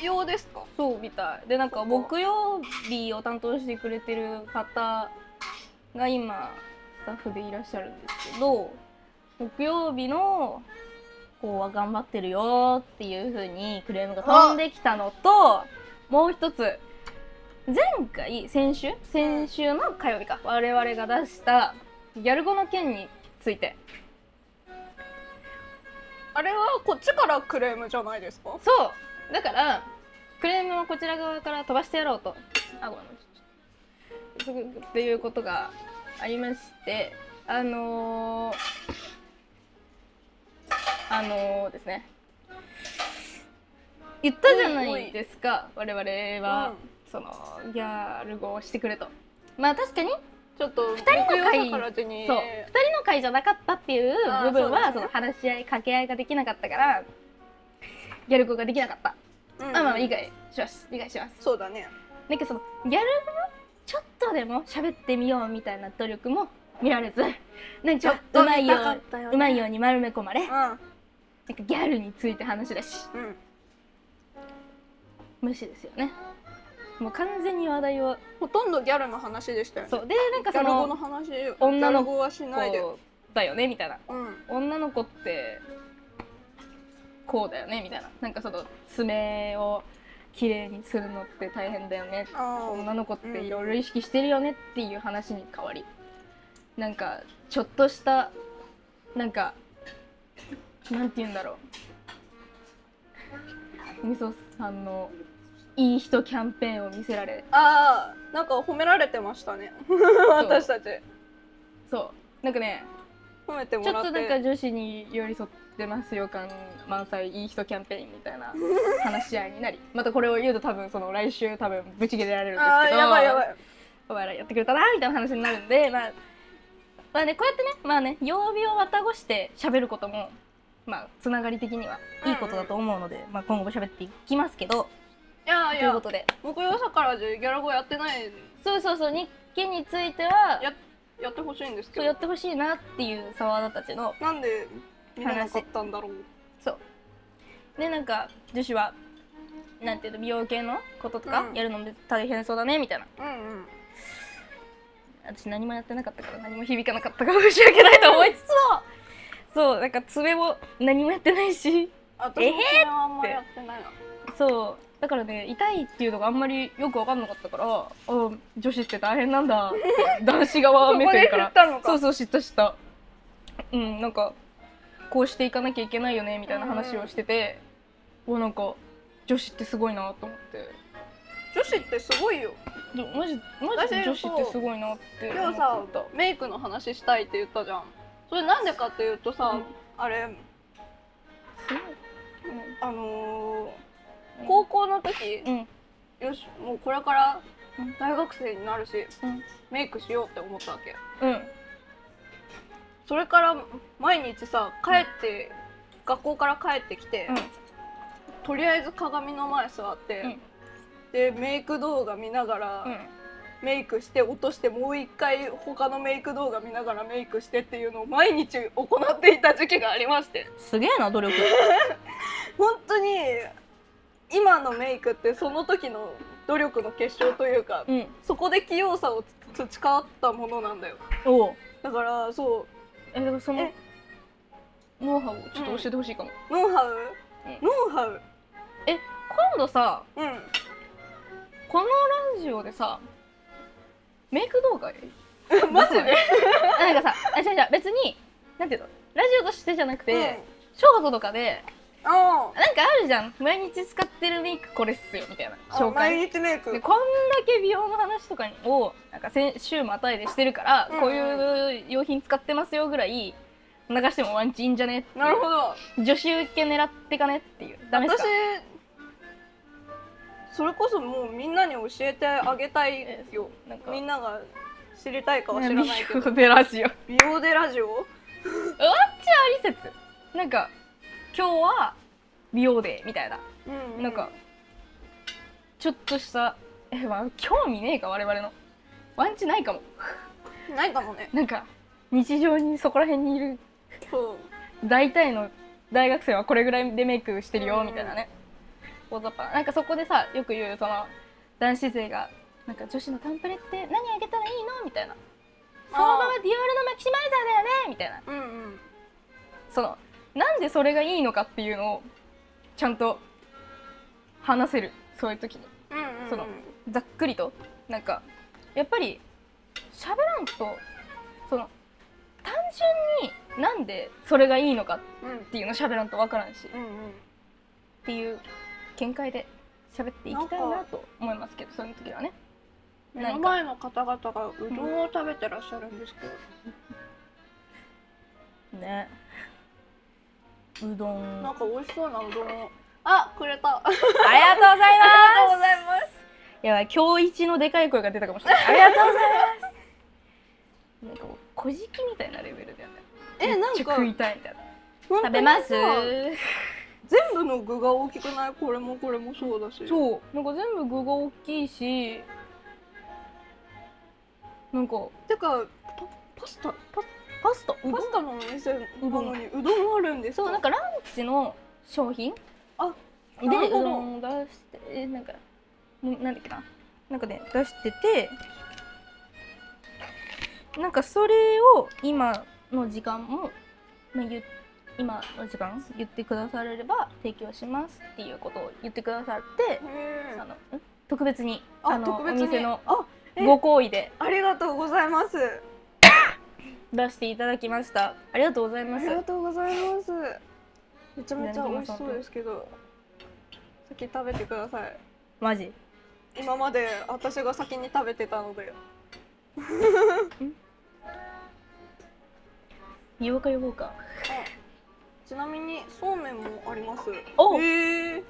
ム用ですかそうみたいでなんか木曜日を担当してくれてる方が今スタッフでいらっしゃるんですけど木曜日の子は頑張ってるよっていう風にクレームが飛んできたのともう一つ前回先週先週の火曜日か我々が出したギャル語の件についてあれはこっちからクレームじゃないですかそうだからクレームをこちら側から飛ばしてやろうとあごめんちょっとすぐっていうことがありましてあのー、あのー、ですね言ったじゃないですか我々は、うんそのギャル語をしてくれとまあ確かにちょっと二人の会からでにそう2人の会じゃなかったっていうあー部分そはうですねその話し合い掛け合いができなかったからギャル語ができなかったうんあ、まあ、理解します。理解します。そうだねなんかその、ギャル語ちょっとでも喋ってみようみたいな努力も見られ ず、なんかうまいよう、たようまいように丸め込まれ、なんかうギャルについて話だし、んうん無視ですよね。もう完全に話題を、ほとんどギャルの話でしたよねそう。で、なんかギそャル語の、の話ギ女ャのル子語はしないでこうだよねみたいな。うん女の子って、こうだよねみたいな。なんかその、爪を綺麗にするのって大変だよねあー女の子っていろいろ意識してるよねっていう話に変わりなんかちょっとしたなんかなんて言うんだろうみそさんのいい人キャンペーンを見せられあーなんか褒められてましたね私たちそうなんかね褒めてもちょらっってとなんか女子に寄り添ってますよ感満載いい人キャンペーンみたいな話し合いになりまたこれを言うと多分その来週多分ブチ切れられるんですけどあーやばいやばいお前らやってくれたなみたいな話になるんでまあまあねこうやってねまあね曜日をまたごして喋ることもまあつながり的にはいいことだと思うので、まあ今後も喋っていきますけどいやいというこやとで木曜朝からじゃギャル語やってないそうそうそう日記についてはややってほしいんですけそうやっどてほしいなっていう沢田たちのなんで見れなかったんだろうそうでなんか女子はなんていうの美容系のこととかうんやるのも大変そうだねみたいな、うんうん私何もやってなかったから何も響かなかったから申し訳ないと思いつつもそうなんか爪も何もやってない し私もそれはあんまりやってないなそうだからね痛いっていうのがあんまりよく分かんなかった からあ女子って大変なんだって男子側目線からたのそうそう知った知ったうんなんかこうしていかなきゃいけないよねみたいな話をしてて、うわなんか女子ってすごいなと思って女子ってすごいよでマジマジで女子ってすごいなって今思日さったメイクの話したいって言ったじゃんそれなんでかっていうとさ、うんあれすごいあのうーん高校の時、うんよしもうこれからうん大学生になるし、うんメイクしようって思ったわけうんそれから毎日さ帰って、学校から帰ってきて、うんとりあえず鏡の前座って、うんでメイク動画見ながら、うんメイクして落としてもう一回他のメイク動画見ながらメイクしてっていうのを毎日行っていた時期がありましてすげえな努力本当に今のメイクってその時の努力の結晶というかうん そこで器用さをつ培ったものなんだよおうだからそえだからそのえノウハウをちょっと教えてほしいかも、うノウハウえノウハウ今度さうんこのラジオでさメイク動画やる マジでなんかさあ違う違う別になんていうのラジオとしてじゃなくて、うん小学校とかであなんかあるじゃん毎日使ってるメイクこれっすよみたいなあ紹介毎日メイでクこんだけ美容の話とかをなんか先週またいでしてるから、うんうんこういう用品使ってますよぐらい流してもワンチいいんじゃねっていうなるほど女子受け狙ってかねっていうダメです私かそれこそもうみんなに教えてあげたいえよなんかみんなが知りたいかは知らないけどでラジオワン美容でラジオチあり説なんか今日は美容デーみたいな、うなんかちょっとしたえ、まあ、興味ねえか我々のワンチないかもないかもねなんか日常にそこら辺にいるそう大体の大学生はこれぐらいでメイクしてるうよんみたいなね大雑把ななんかそこでさよく言うその男子勢がなんか女子のタンプレって何あげたらいいのみたいなそのままあディオールのマキシマイザーだよねみたいなうんうんそのなんでそれがいいのかっていうのをちゃんと話せるそういう時にうんうんうんそのざっくりとなんかやっぱり喋らんとその単純になんでそれがいいのかうんっていうの喋らんとわからんしうんうんっていう見解で喋っていきたいなと思いますけどその時はね目の前の方々がうどんを食べてらっしゃるんですけど、ねうどんなんか美味しそうなうどんをあくれたありがとうございますありがとうございますやばい今日一のでかい声が出たかもしれないありがとうございますなんかもう小じきみたいなレベルだよねえなんめっちゃか食いたいみたいな本当食にべますさ全部の具が大きくないこれもこれもそうだしそうなんか全部具が大きいしなんかてかパパスタパパスタうどんパスタのお店なのにうどんあるんですかそうなんかランチの商品あでうなるほどどんを出してえなんかもうなんだっけななんかね出しててなんかそれを今の時間も、まあ、言う今の時間言ってくだされれば提供しますっていうことを言ってくださって、へあーのん特別にあの特別にお店のあえご好意でありがとうございます出していただきましたありがとうございあまりすがとうございますめちゃめちゃ美味しそうですけど先食べてくださいマジ今まで私が先に食べてたので言おうか言おうかちなみにそうめんもあります。おへえ。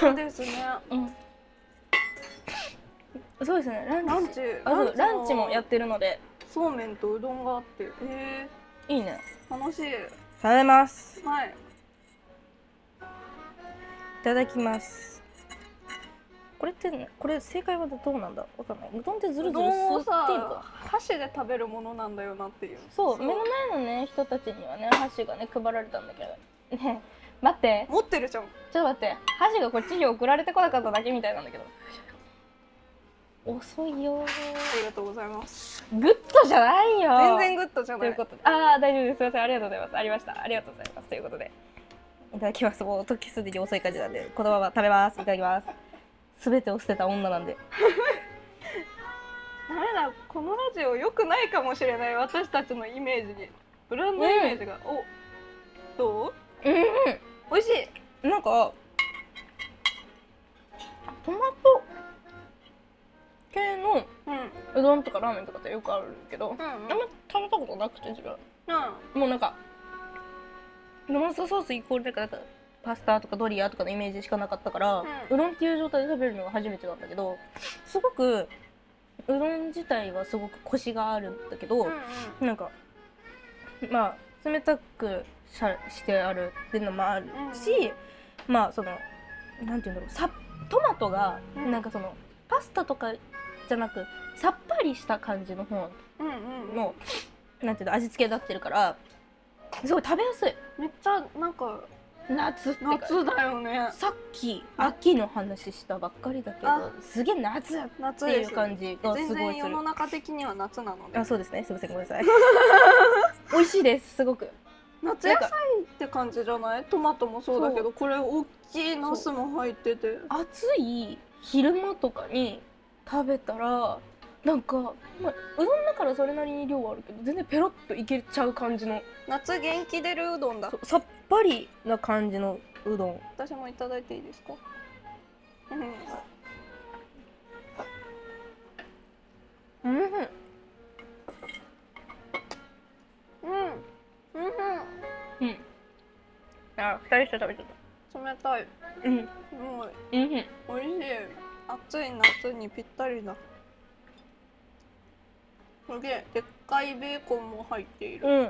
そうですね。うん。そうですね。ランチ。ランチ、あ、そう、ランチもやってるので。そうめんとうどんがあって、へえ、いいね。楽しい。食べます。いはい。ただきます。これってね、これ正解はどうなんだ。わかんない。うどんってずるうずどるん吸をっていのさか。、箸で食べるものなんだよなっていう。そう、目の前のね、人たちにはね、箸がね、配られたんだけど。ねえ、待って、持ってるじゃん。ちょっと待って、箸がこっちに送られてこなかっただけみたいなんだけど。遅いよあー。りがとうございます。グッドじゃないよー。全然グッドじゃとないい。うことで、ああ、大丈夫です。すみません、ありがとうございます。ありました。ありがとうございます。ということで、いただきます。もう時すでに遅い感じなんで、このまま食べます。いただきます。すべてを捨てた女なんで。ダメだ、このラジオ良くないかもしれない私たちのイメージに。ブランドイメージが、お、どう？う美味しい。ん、なんか。トマト。系のうん。うどんとかラーメンとかってよくあるけど、うんあんま食べたことなくて、自分。うん。もうなんか。トマトソースイコールなんか、なんか。パスタとかドリアとかのイメージしかなかったから、ううどんっていう状態で食べるのが初めてなんだけどすごくうどん自体はすごくコシがあるんだけど、なんかまあ冷たくしゃしてあるっていうのもあるし、まあそのなんていうんだろうさトマトがうんなんかその、パスタとかじゃなくさっぱりした感じの方うんうんうんの、なんていうの味付けになってるからすごい食べやすい。めっちゃなんか夏って感じ夏だよねさっき秋の話したばっかりだけあどすげえ夏っ夏ていでうす感じが全すご然いす世るの中的には夏なのであそうですねすみませんごめん なさい美味しいですすごく夏野菜って感じじゃないトマトもそうだけどこれ大きいナスも入ってて暑い昼間とかに食べたらなんか、まあ、うどんだからそれなりに量はあるけど全然ペロッといけちゃう感じの夏元気出るうどんだそうさっぱりな感じのうどん私もいただいていいですかうんうんうんうんあ二人して食べちゃっ冷たいたうんもううん美味しい暑い夏にぴったりだすげえでっかいベーコンも入っているうん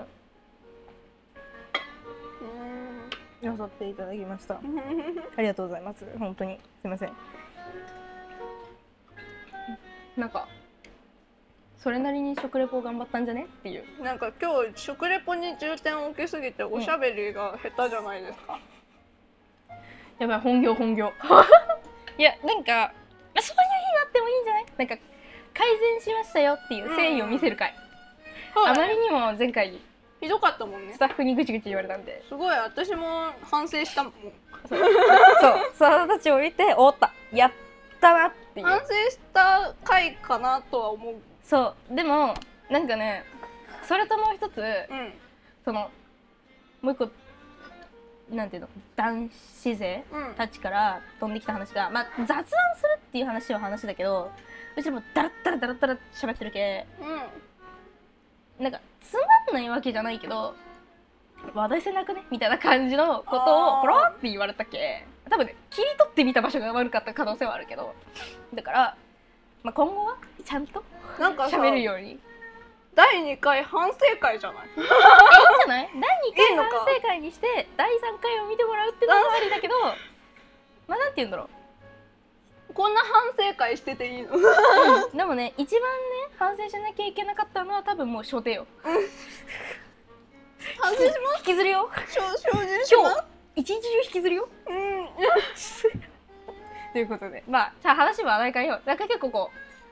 うよそっていただきましたーんありがとうございます本当にすみませんなんかそれなりに食レポ頑張ったんじゃねっていうなんか今日食レポに重点を置きすぎておしゃべりが下手じゃないですか、やばい本業本業 いやなんかまあそういう日があってもいいんじゃないなんか改善しましたよっていう誠意を見せる回、あまりにも前回ひどかったもんねスタッフにぐちぐち言われたんですごい私も反省したもんそうサラダたちを見ておったやったなっていう反省した回かなとは思うそうでもなんかねそれともう一つうんそのもう一個なんていうの男子勢うんたちから飛んできた話が、まあ、雑談するっていう話は話だけどうちもダラッダラダラッダラ喋ってるけうんなんかつまんないわけじゃないけど話題性なくねみたいな感じのことあーをポロって言われたけ多分ね切り取ってみた場所が悪かった可能性はあるけどだから、まあ、今後はちゃんとなんかさ喋るようにいいんじ第2回反省会じゃないゃない第2いい回の反か省会にして第3回を見てもらうってのもありだけ どまあなんて言うんだろうこんな反省会してていいのでもね一番ね反省しなきゃいけなかったのは多分もう初手よ反省し引きずるよしょ精進し今ま日す一日中引きずるようんということでまあじゃあ話は何かよなんか結構こ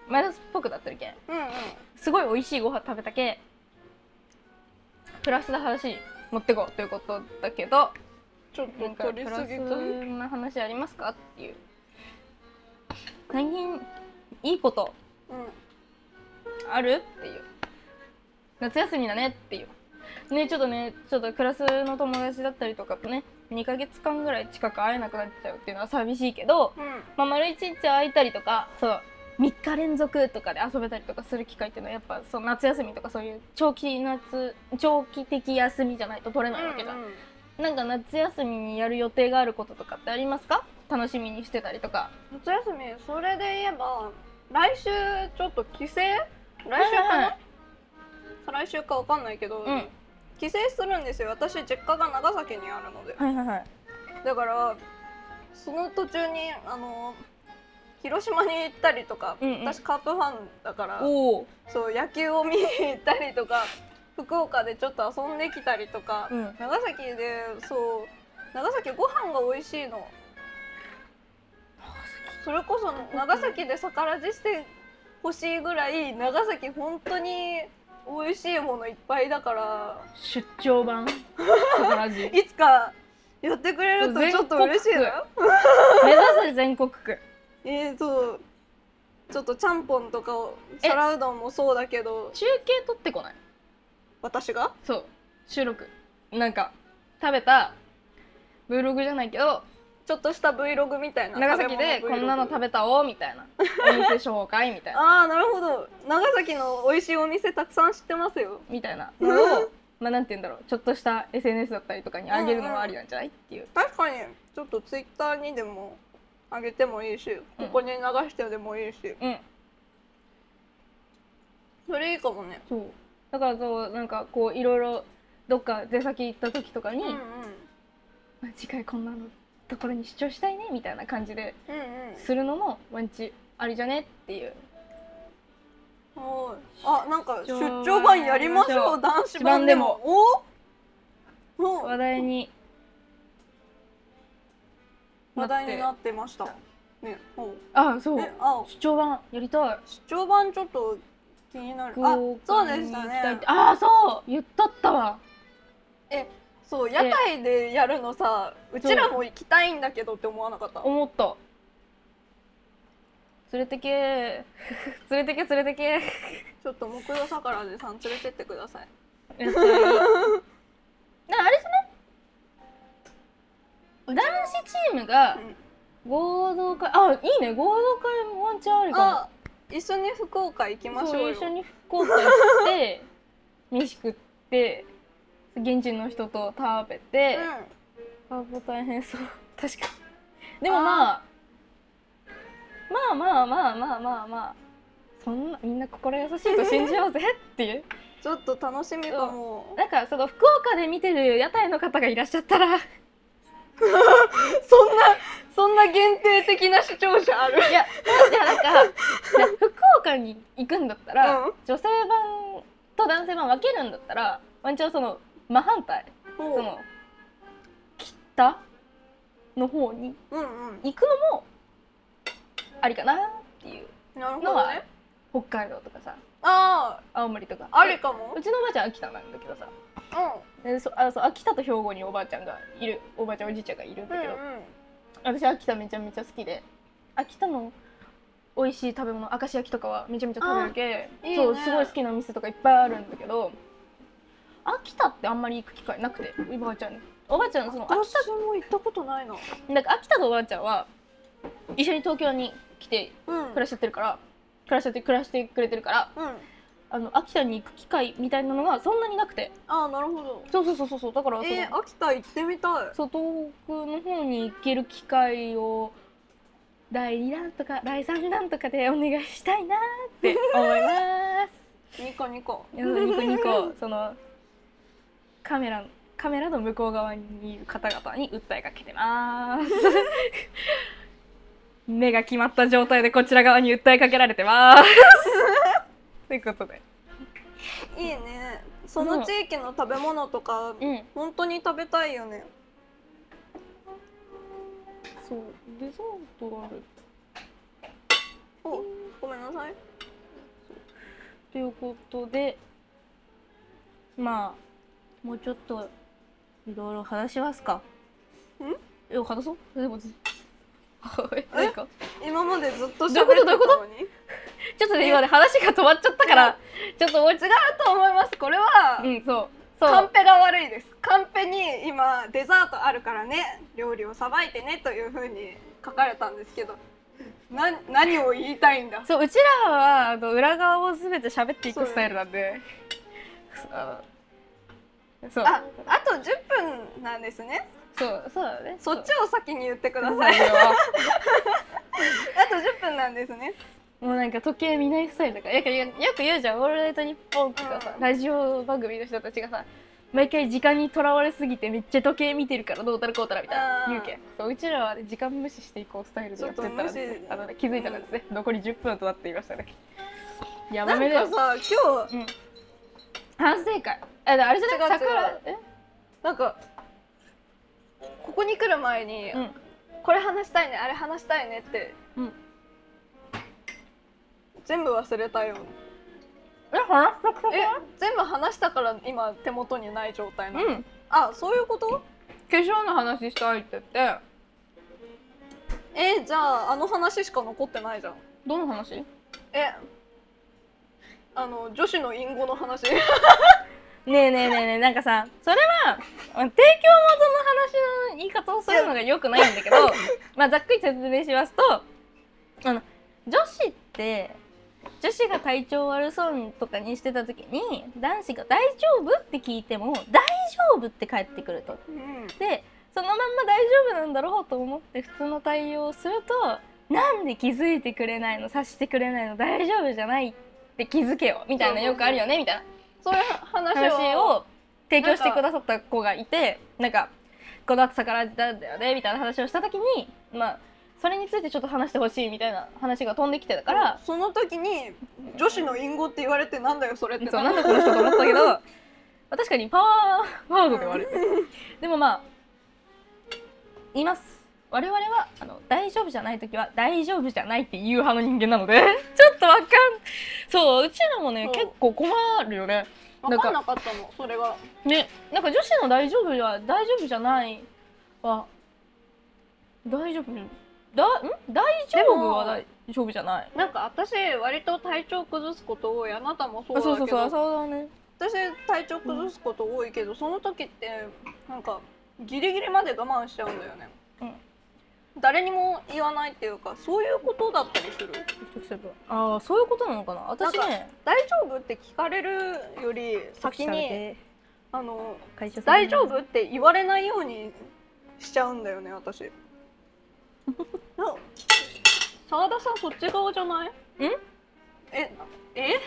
うマイナスっぽくなってるけんうんうんすごい美味しいご飯食べたけプラスな話持ってこうということだけどちょっなとんか取りプすラぎスたな話ありますかっていう最近いいことうんあるっていう夏休みだねっていうねちょっとねちょっとクラスの友達だったりとかとね2ヶ月間ぐらい近く会えなくなっちゃうっていうのは寂しいけど、うんまあ、丸1日空いたりとかそう3日連続とかで遊べたりとかする機会っていうのはやっぱその夏休みとかそういう長期夏長期的休みじゃないと取れないわけじゃん、うんうんなんか夏休みにやる予定があることとかってありますか楽しみにしてたりとか夏休みそれで言えば来週ちょっと帰省来週かはいはいな、再来週かわかんないけど、うん帰省するんですよ私実家が長崎にあるのではいはいはいだからその途中にあの広島に行ったりとか、うんうん私カープファンだからおおそう野球を見に行ったりとか福岡でちょっと遊んできたりとか、うん長崎でそう長崎ご飯が美味しいのそれこそ長崎で逆らじしてほしいぐらい長崎本当に美味しいものいっぱいだから出張版 ラジいつかやってくれるとちょっと嬉しいな目指せ全国区えー、そうちょっとちゃんぽんとかを皿うどんもそうだけど中継撮ってこない私がそう収録なんか食べた Vlog じゃないけどちょっとした Vlog みたいな長崎でこんなの食べべたお みたいなお店紹介みたいなああーなるほど長崎の美味しいお店たくさん知ってますよみたいなのをまあなんて言うんだろうちょっとした SNS だったりとかにあげるのもありなんじゃないっていう確かにちょっと Twitter にでも上げてもいいしここに流してでもいいし、うんそれいいかもねそうだからそうなんかこういろいろどっか出先行った時とかに、うんうんまあ次回こんなのところに主張したいねみたいな感じでうんするのもワンチありじゃねっていううんはいあなんか出出張張版版ややりりままししょょうう男子版でもおお話題に話題になってました。ね、ほうあそうえ、あ、出張版やりたい出張版ちょっと気になる。あ、そうでしたね。ああそう言ったったわそう、屋台でやるのさ、うちらも行きたいんだけどって思わなかった。思った連れてけー連れてけ連れてけちょっと木曜さからでさん連れてってください。ーなあれじゃない男子チームが合同会あいいね合同会もワンチャンあるかもあ、一緒に福岡行きましそょううよ一。緒に福岡行って飯食って現地の人と食べて、あもう大変そう確かにでもまあまあまあまあまあまあまあそんなみんな心優しいと信じようぜっていううん、ちょっと楽しみかも。なんかその福岡で見てる屋台の方がいらっしゃったらいそんな、そんな限定的な視聴者ある。やじゃなんかいや福岡に行くんだったら、うん女性版と男性版分けるんだったらワンチャンその真反対その北の方にうんうん。行くのもありかなっていうなるほのどはね。北海道とかさあ青森とかあ、あるかもう。ちのおばあちゃん秋田なんだけどさうでそあそう秋田と兵庫におばあちゃんがいるおばあちゃんおじいちゃんがいるんだん。うけど、んうん。私秋田めちゃめちゃ好きで秋田の美味しい食べ物明石焼きとかはめちゃめちゃ食べるけあいいねそうすごい好きなお店とかいっぱいあるんだけど秋田ってあんまり行く機会なくておばあちゃんにおばあちゃんその秋私も行ったことないな。なんか秋田のおばあちゃんは一緒に東京に来てうん暮らしちゃってるから暮らしちゃって暮らしてくれてるからうん。あの秋田に行く機会みたいなのがそんなになくてああ、なるほど。そうそうそうそうそうだからその、えー、秋田行ってみたい。そう東北の方に行ける機会を第2弾とか第3弾とかでお願いしたいなって思います ニコニコ。いやニコニコそのカメラカメラの向こう側にいる方々に訴えかけてます 目が決まった状態でこちら側に訴えかけられてますということでいいね。その地域の食べ物とか、うん本当に食べたいよね。そうデザートあるお、ごめんなさい。ということでまあもうちょっといろいろ話しますかんえ話そうでもずえ何か今までずっと喋ってどういうことどういうこたとのに。ちょっとね今ね話が止まっちゃったからちょっともう一度と思います。これは、うんそうそカンうペが悪いです。カンペに今デザートあるからね、料理をさばいてねという風に書かれたんですけど、な何を言いたいんだ。そううちらはあの裏側を全て喋っていくスタイルなんでそうあのそうあ、あと10分なんですね。そうそうだねそっちを先に言ってくだそうさい。そうだよあと10分なんですね。もうなんか時計見ないスタイルだからよくよく言うじゃん「オールナイトニッポン」とかさ、うんラジオ番組の人たちがさ毎回時間にとらわれすぎてめっちゃ時計見てるからどうたらこうたらみたいなうん言うけんそううちらは、ね、時間無視していこうスタイルでやってたらですちね、ょっと無視あのね気づいたらですね、残り10分となっていましたねやなばんめだかよさ、今日反省会あだあれじゃない違う違桜うえなんかここに来る前に、うんこれ話したいねあれ話したいねって、うん全部忘れたよえ話したくえ全部話したから今手元にない状態なの、うんあそういうこと化粧の話したいって言ってえじゃああの話しか残ってないじゃんどの話えあの女子の隠語の話ねえねえねえねえなんかさそれはまあ提供元の話の言い方をするのがよくないんだけどまあざっくり説明しますとあの女子って女子が体調悪そうとかにしてた時に男子が「大丈夫?」って聞いても「大丈夫?」って返ってくると。うんでそのまんま大丈夫なんだろうと思って普通の対応をするとなんで気づいてくれないの察してくれないの大丈夫じゃないって気づけよみたいなよくあるよねみたいな そういう話を話を提供してくださった子がいてなんかこの後逆らったんだよねみたいな話をした時にまあそれについてちょっと話してほしいみたいな話が飛んできてたから、その時に女子の隠語って言われてなんだよそれってそうなんだこの人と思ったけどまあ確かにパワーワードではあるでもまあいます我々はあの大丈夫じゃない時は大丈夫じゃないっていう派の人間なので ちょっとわかんそううちらもねそう結構困るよね分かんなかったのそれがねなんか女子の大丈夫は大丈夫じゃないは大丈夫だん大丈夫は大丈夫じゃないなんか私割と体調崩すこと多いあなたもそうあだけそどうそうそう浅尾だね私体調崩すこと多いけど、その時ってなんかギリギリまで我慢しちゃうんだよね、うん誰にも言わないっていうかそういうことだったりするああそういうことなのかな私ね大丈夫って聞かれるより先にあの会社さん大丈夫って言われないようにしちゃうんだよね私 な澤田さんそっち側じゃないんええん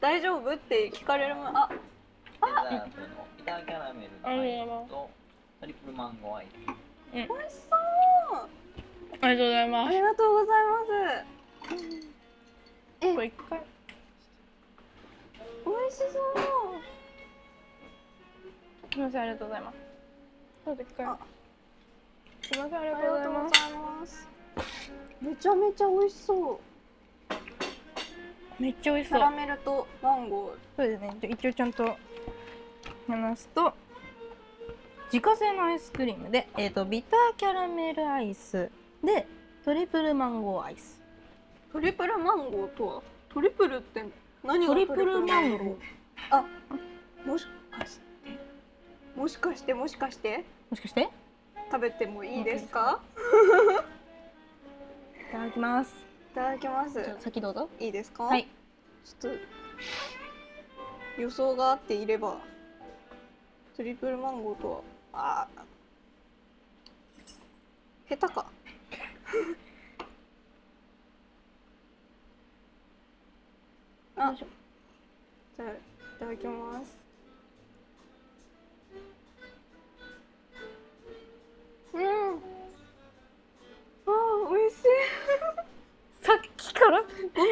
大丈夫って聞かれる前あデザートのビターキャラメルのアイスとトリプルマンゴーアイス。美味しそうありがとうございまあすりがとうございますこれ一回美味しそうすみませんありがとうございますちょっと一回あすみませんありあがりとうごがざというごまざいますめちゃめちゃ美味しそうすめっちゃ美味しキャラメルとマンゴそうですねじゃあ一応ちゃんと話すと自家製のアイスクリームで、えー、とビターキャラメルアイスでトリプルマンゴーアイスートリプルマンゴーとはトリプルって何がトリプルマンゴーーあもしかしてもしかしてもしかしてもしかしてい食べてもいいですかただきますいただきますじゃあ先どうぞいいですかはいちょっと予想があっていればトリプルマンゴーとはあー下手か あよいしょじゃあいただきますうんあー美味しいさっきからごめんな美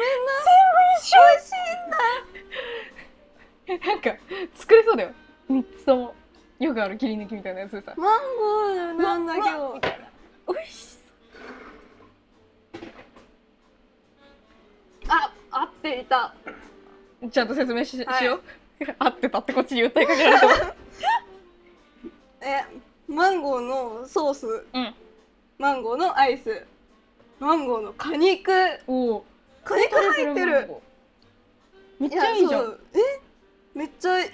味しいんだなんか作れそうだよ3つともよくある切り抜きみたいなやつでさマンゴーなんだけうわうわどみたいな美味しあ、合っていた。そうちゃんと説明し,、はいしよう合ってたってこっちに訴えかけられたえ、マンゴーのソース、うんマンゴーのアイス、マンゴーの果肉、おお果肉入ってる。めっちゃいいじゃやんそそうえ、めっちゃ贅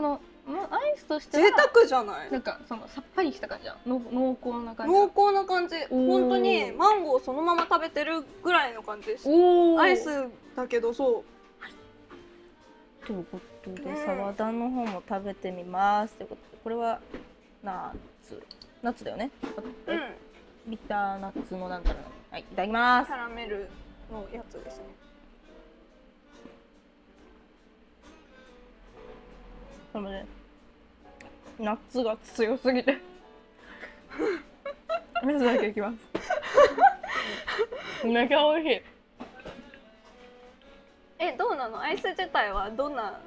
のまアイスとしては沢じゃない。なんかそのさっぱりした感じだの濃厚な感じ濃厚な感じ、おー本当にマンゴーそのまま食べてるぐらいの感じです。おーアイスだけどそう。ということでうん沢田の方も食べてみますということでこれはナッツナッツだよねうん、ビターナッツのなんだろうはいいただきまキすャラメルのやつですね。でもねナッツが強すぎ てナッツだけいきます めっちゃ美味しいえ、どうなの？アイス自体はどんな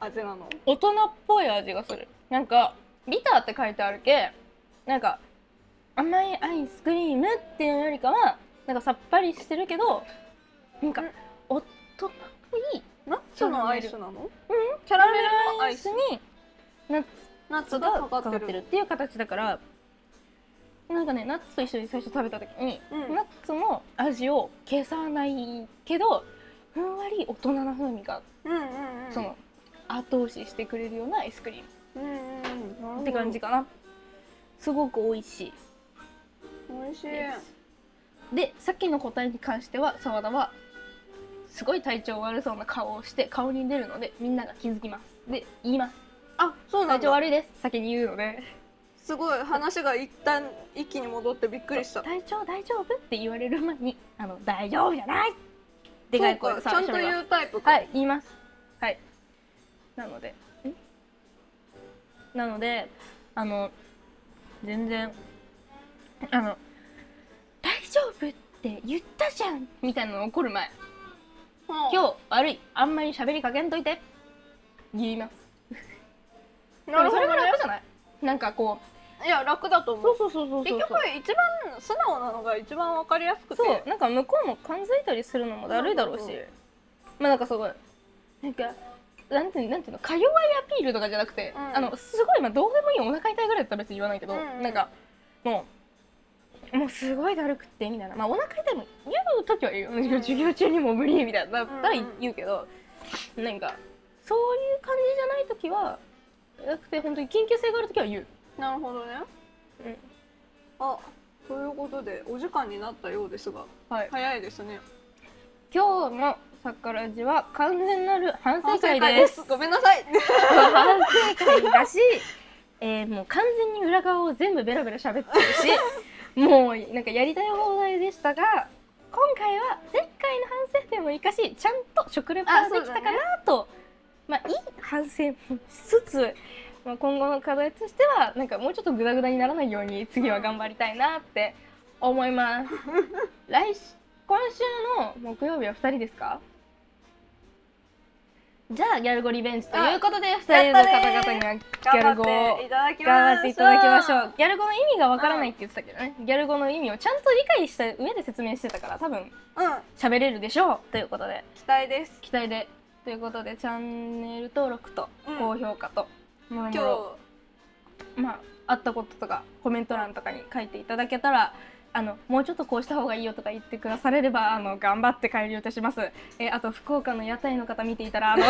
味なの？大人っぽい味がするなんかビターって書いてあるけなんか甘いアイスクリームっていうよりかはなんかさっぱりしてるけどなんかうん大人っぽいナッツのアイスなの？キャラメルのアイスにナッナッツツががかかかかっっててるる。っていう形だからなんかねナッツと一緒に最初食べた時に、うんナッツの味を消さないけどふんわり大人な風味がうんうんうん。その後押ししてくれるようなアイスクリームうんうんうん。って感じ。かな、すごく美味しい美味しい。ですでさっきの答えに関しては澤田はすごい体調悪そうな顔をして顔に出るのでみんなが気づきますで言いますあ、そうなん体調だ。悪いです先に言うのですごい話が一旦一気に戻ってびっくりした。 体調大丈夫って言われる前にあの大丈夫じゃないでかそうい声かちでゃんとう言うタイプか。はい言いますはいなのでなのであの全然あの「大丈夫」って言ったじゃんみたいなの怒る前「今今日悪いあんまり喋りかけんといて」言います日なるほどそれがね。楽じゃないなんかこういや楽だと思うそうそうそうそうそう結局一番素直なのが一番わかりやすくてそうなんか向こうも感づいたりするのもだるいだろうし、うんうんうんまあなんかすごいなんかなんてなんていうのか弱いアピールとかじゃなくて、うんあのすごいまあどうでもいいお腹痛いぐらいだったら別に言わないけど、うんうんなんかもうもうすごいだるくってみたいなまあお腹痛いも言う時は言うよ、ん授業中にもう無理みたいなだったらうんうん言うけど、なんかそういう感じじゃない時はなくて本当に緊急性がある時は言う。なるほどねうんあということでお時間になったようですがはい、早いですね今日の「さからじ」は完全なる反省会です。ごめんなさい反省会だし、 えーもう完全に裏側を全部ベラベラ喋ってる しもうなんかやりたい放題でしたが今回は前回の反省点を生かしちゃんと食レポがあでそうきだたねかなと、まあいい反省もしつつ、まあ、今後の課題としてはなんかもうちょっとグダグダにならないように次は頑張りたいなって思い ます。来週今週の木曜日は2人ですかじゃあギャルゴリベンジということで2人 の方々にはギャル頑語張っをていただきましょう頑張っていただきましょうギャル語の意味がわからないって言ってたけどねギャル語の意味をちゃんと理解した上で説明してたから多分うん喋れるでしょうということで期待です期待でということでチャンネル登録とうん高評価ともろも今日ろまああったこととかコメント欄とかに書いていただけたらあのもうちょっとこうした方がいいよとか言ってくだされればあの頑張って改良いたしますえあと福岡の屋台の方見ていたら あの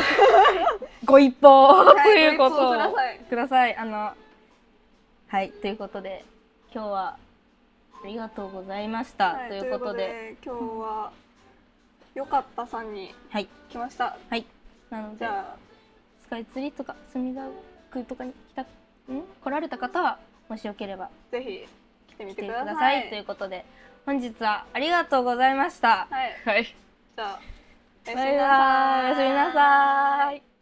ご一報ということをご一報くださいくださいあのはいということで今日はありがとうございました、はいということでということで今日はよかったさんにはい来ましたはいなのじでゃあスカイツリーとか墨田区とかに来たん来られた方はもしよければぜひ来てみ来ててくくだださいさいということで本日はありがとうございました。はいはい、じゃあおやすバみイなさいバイおやすみなさい。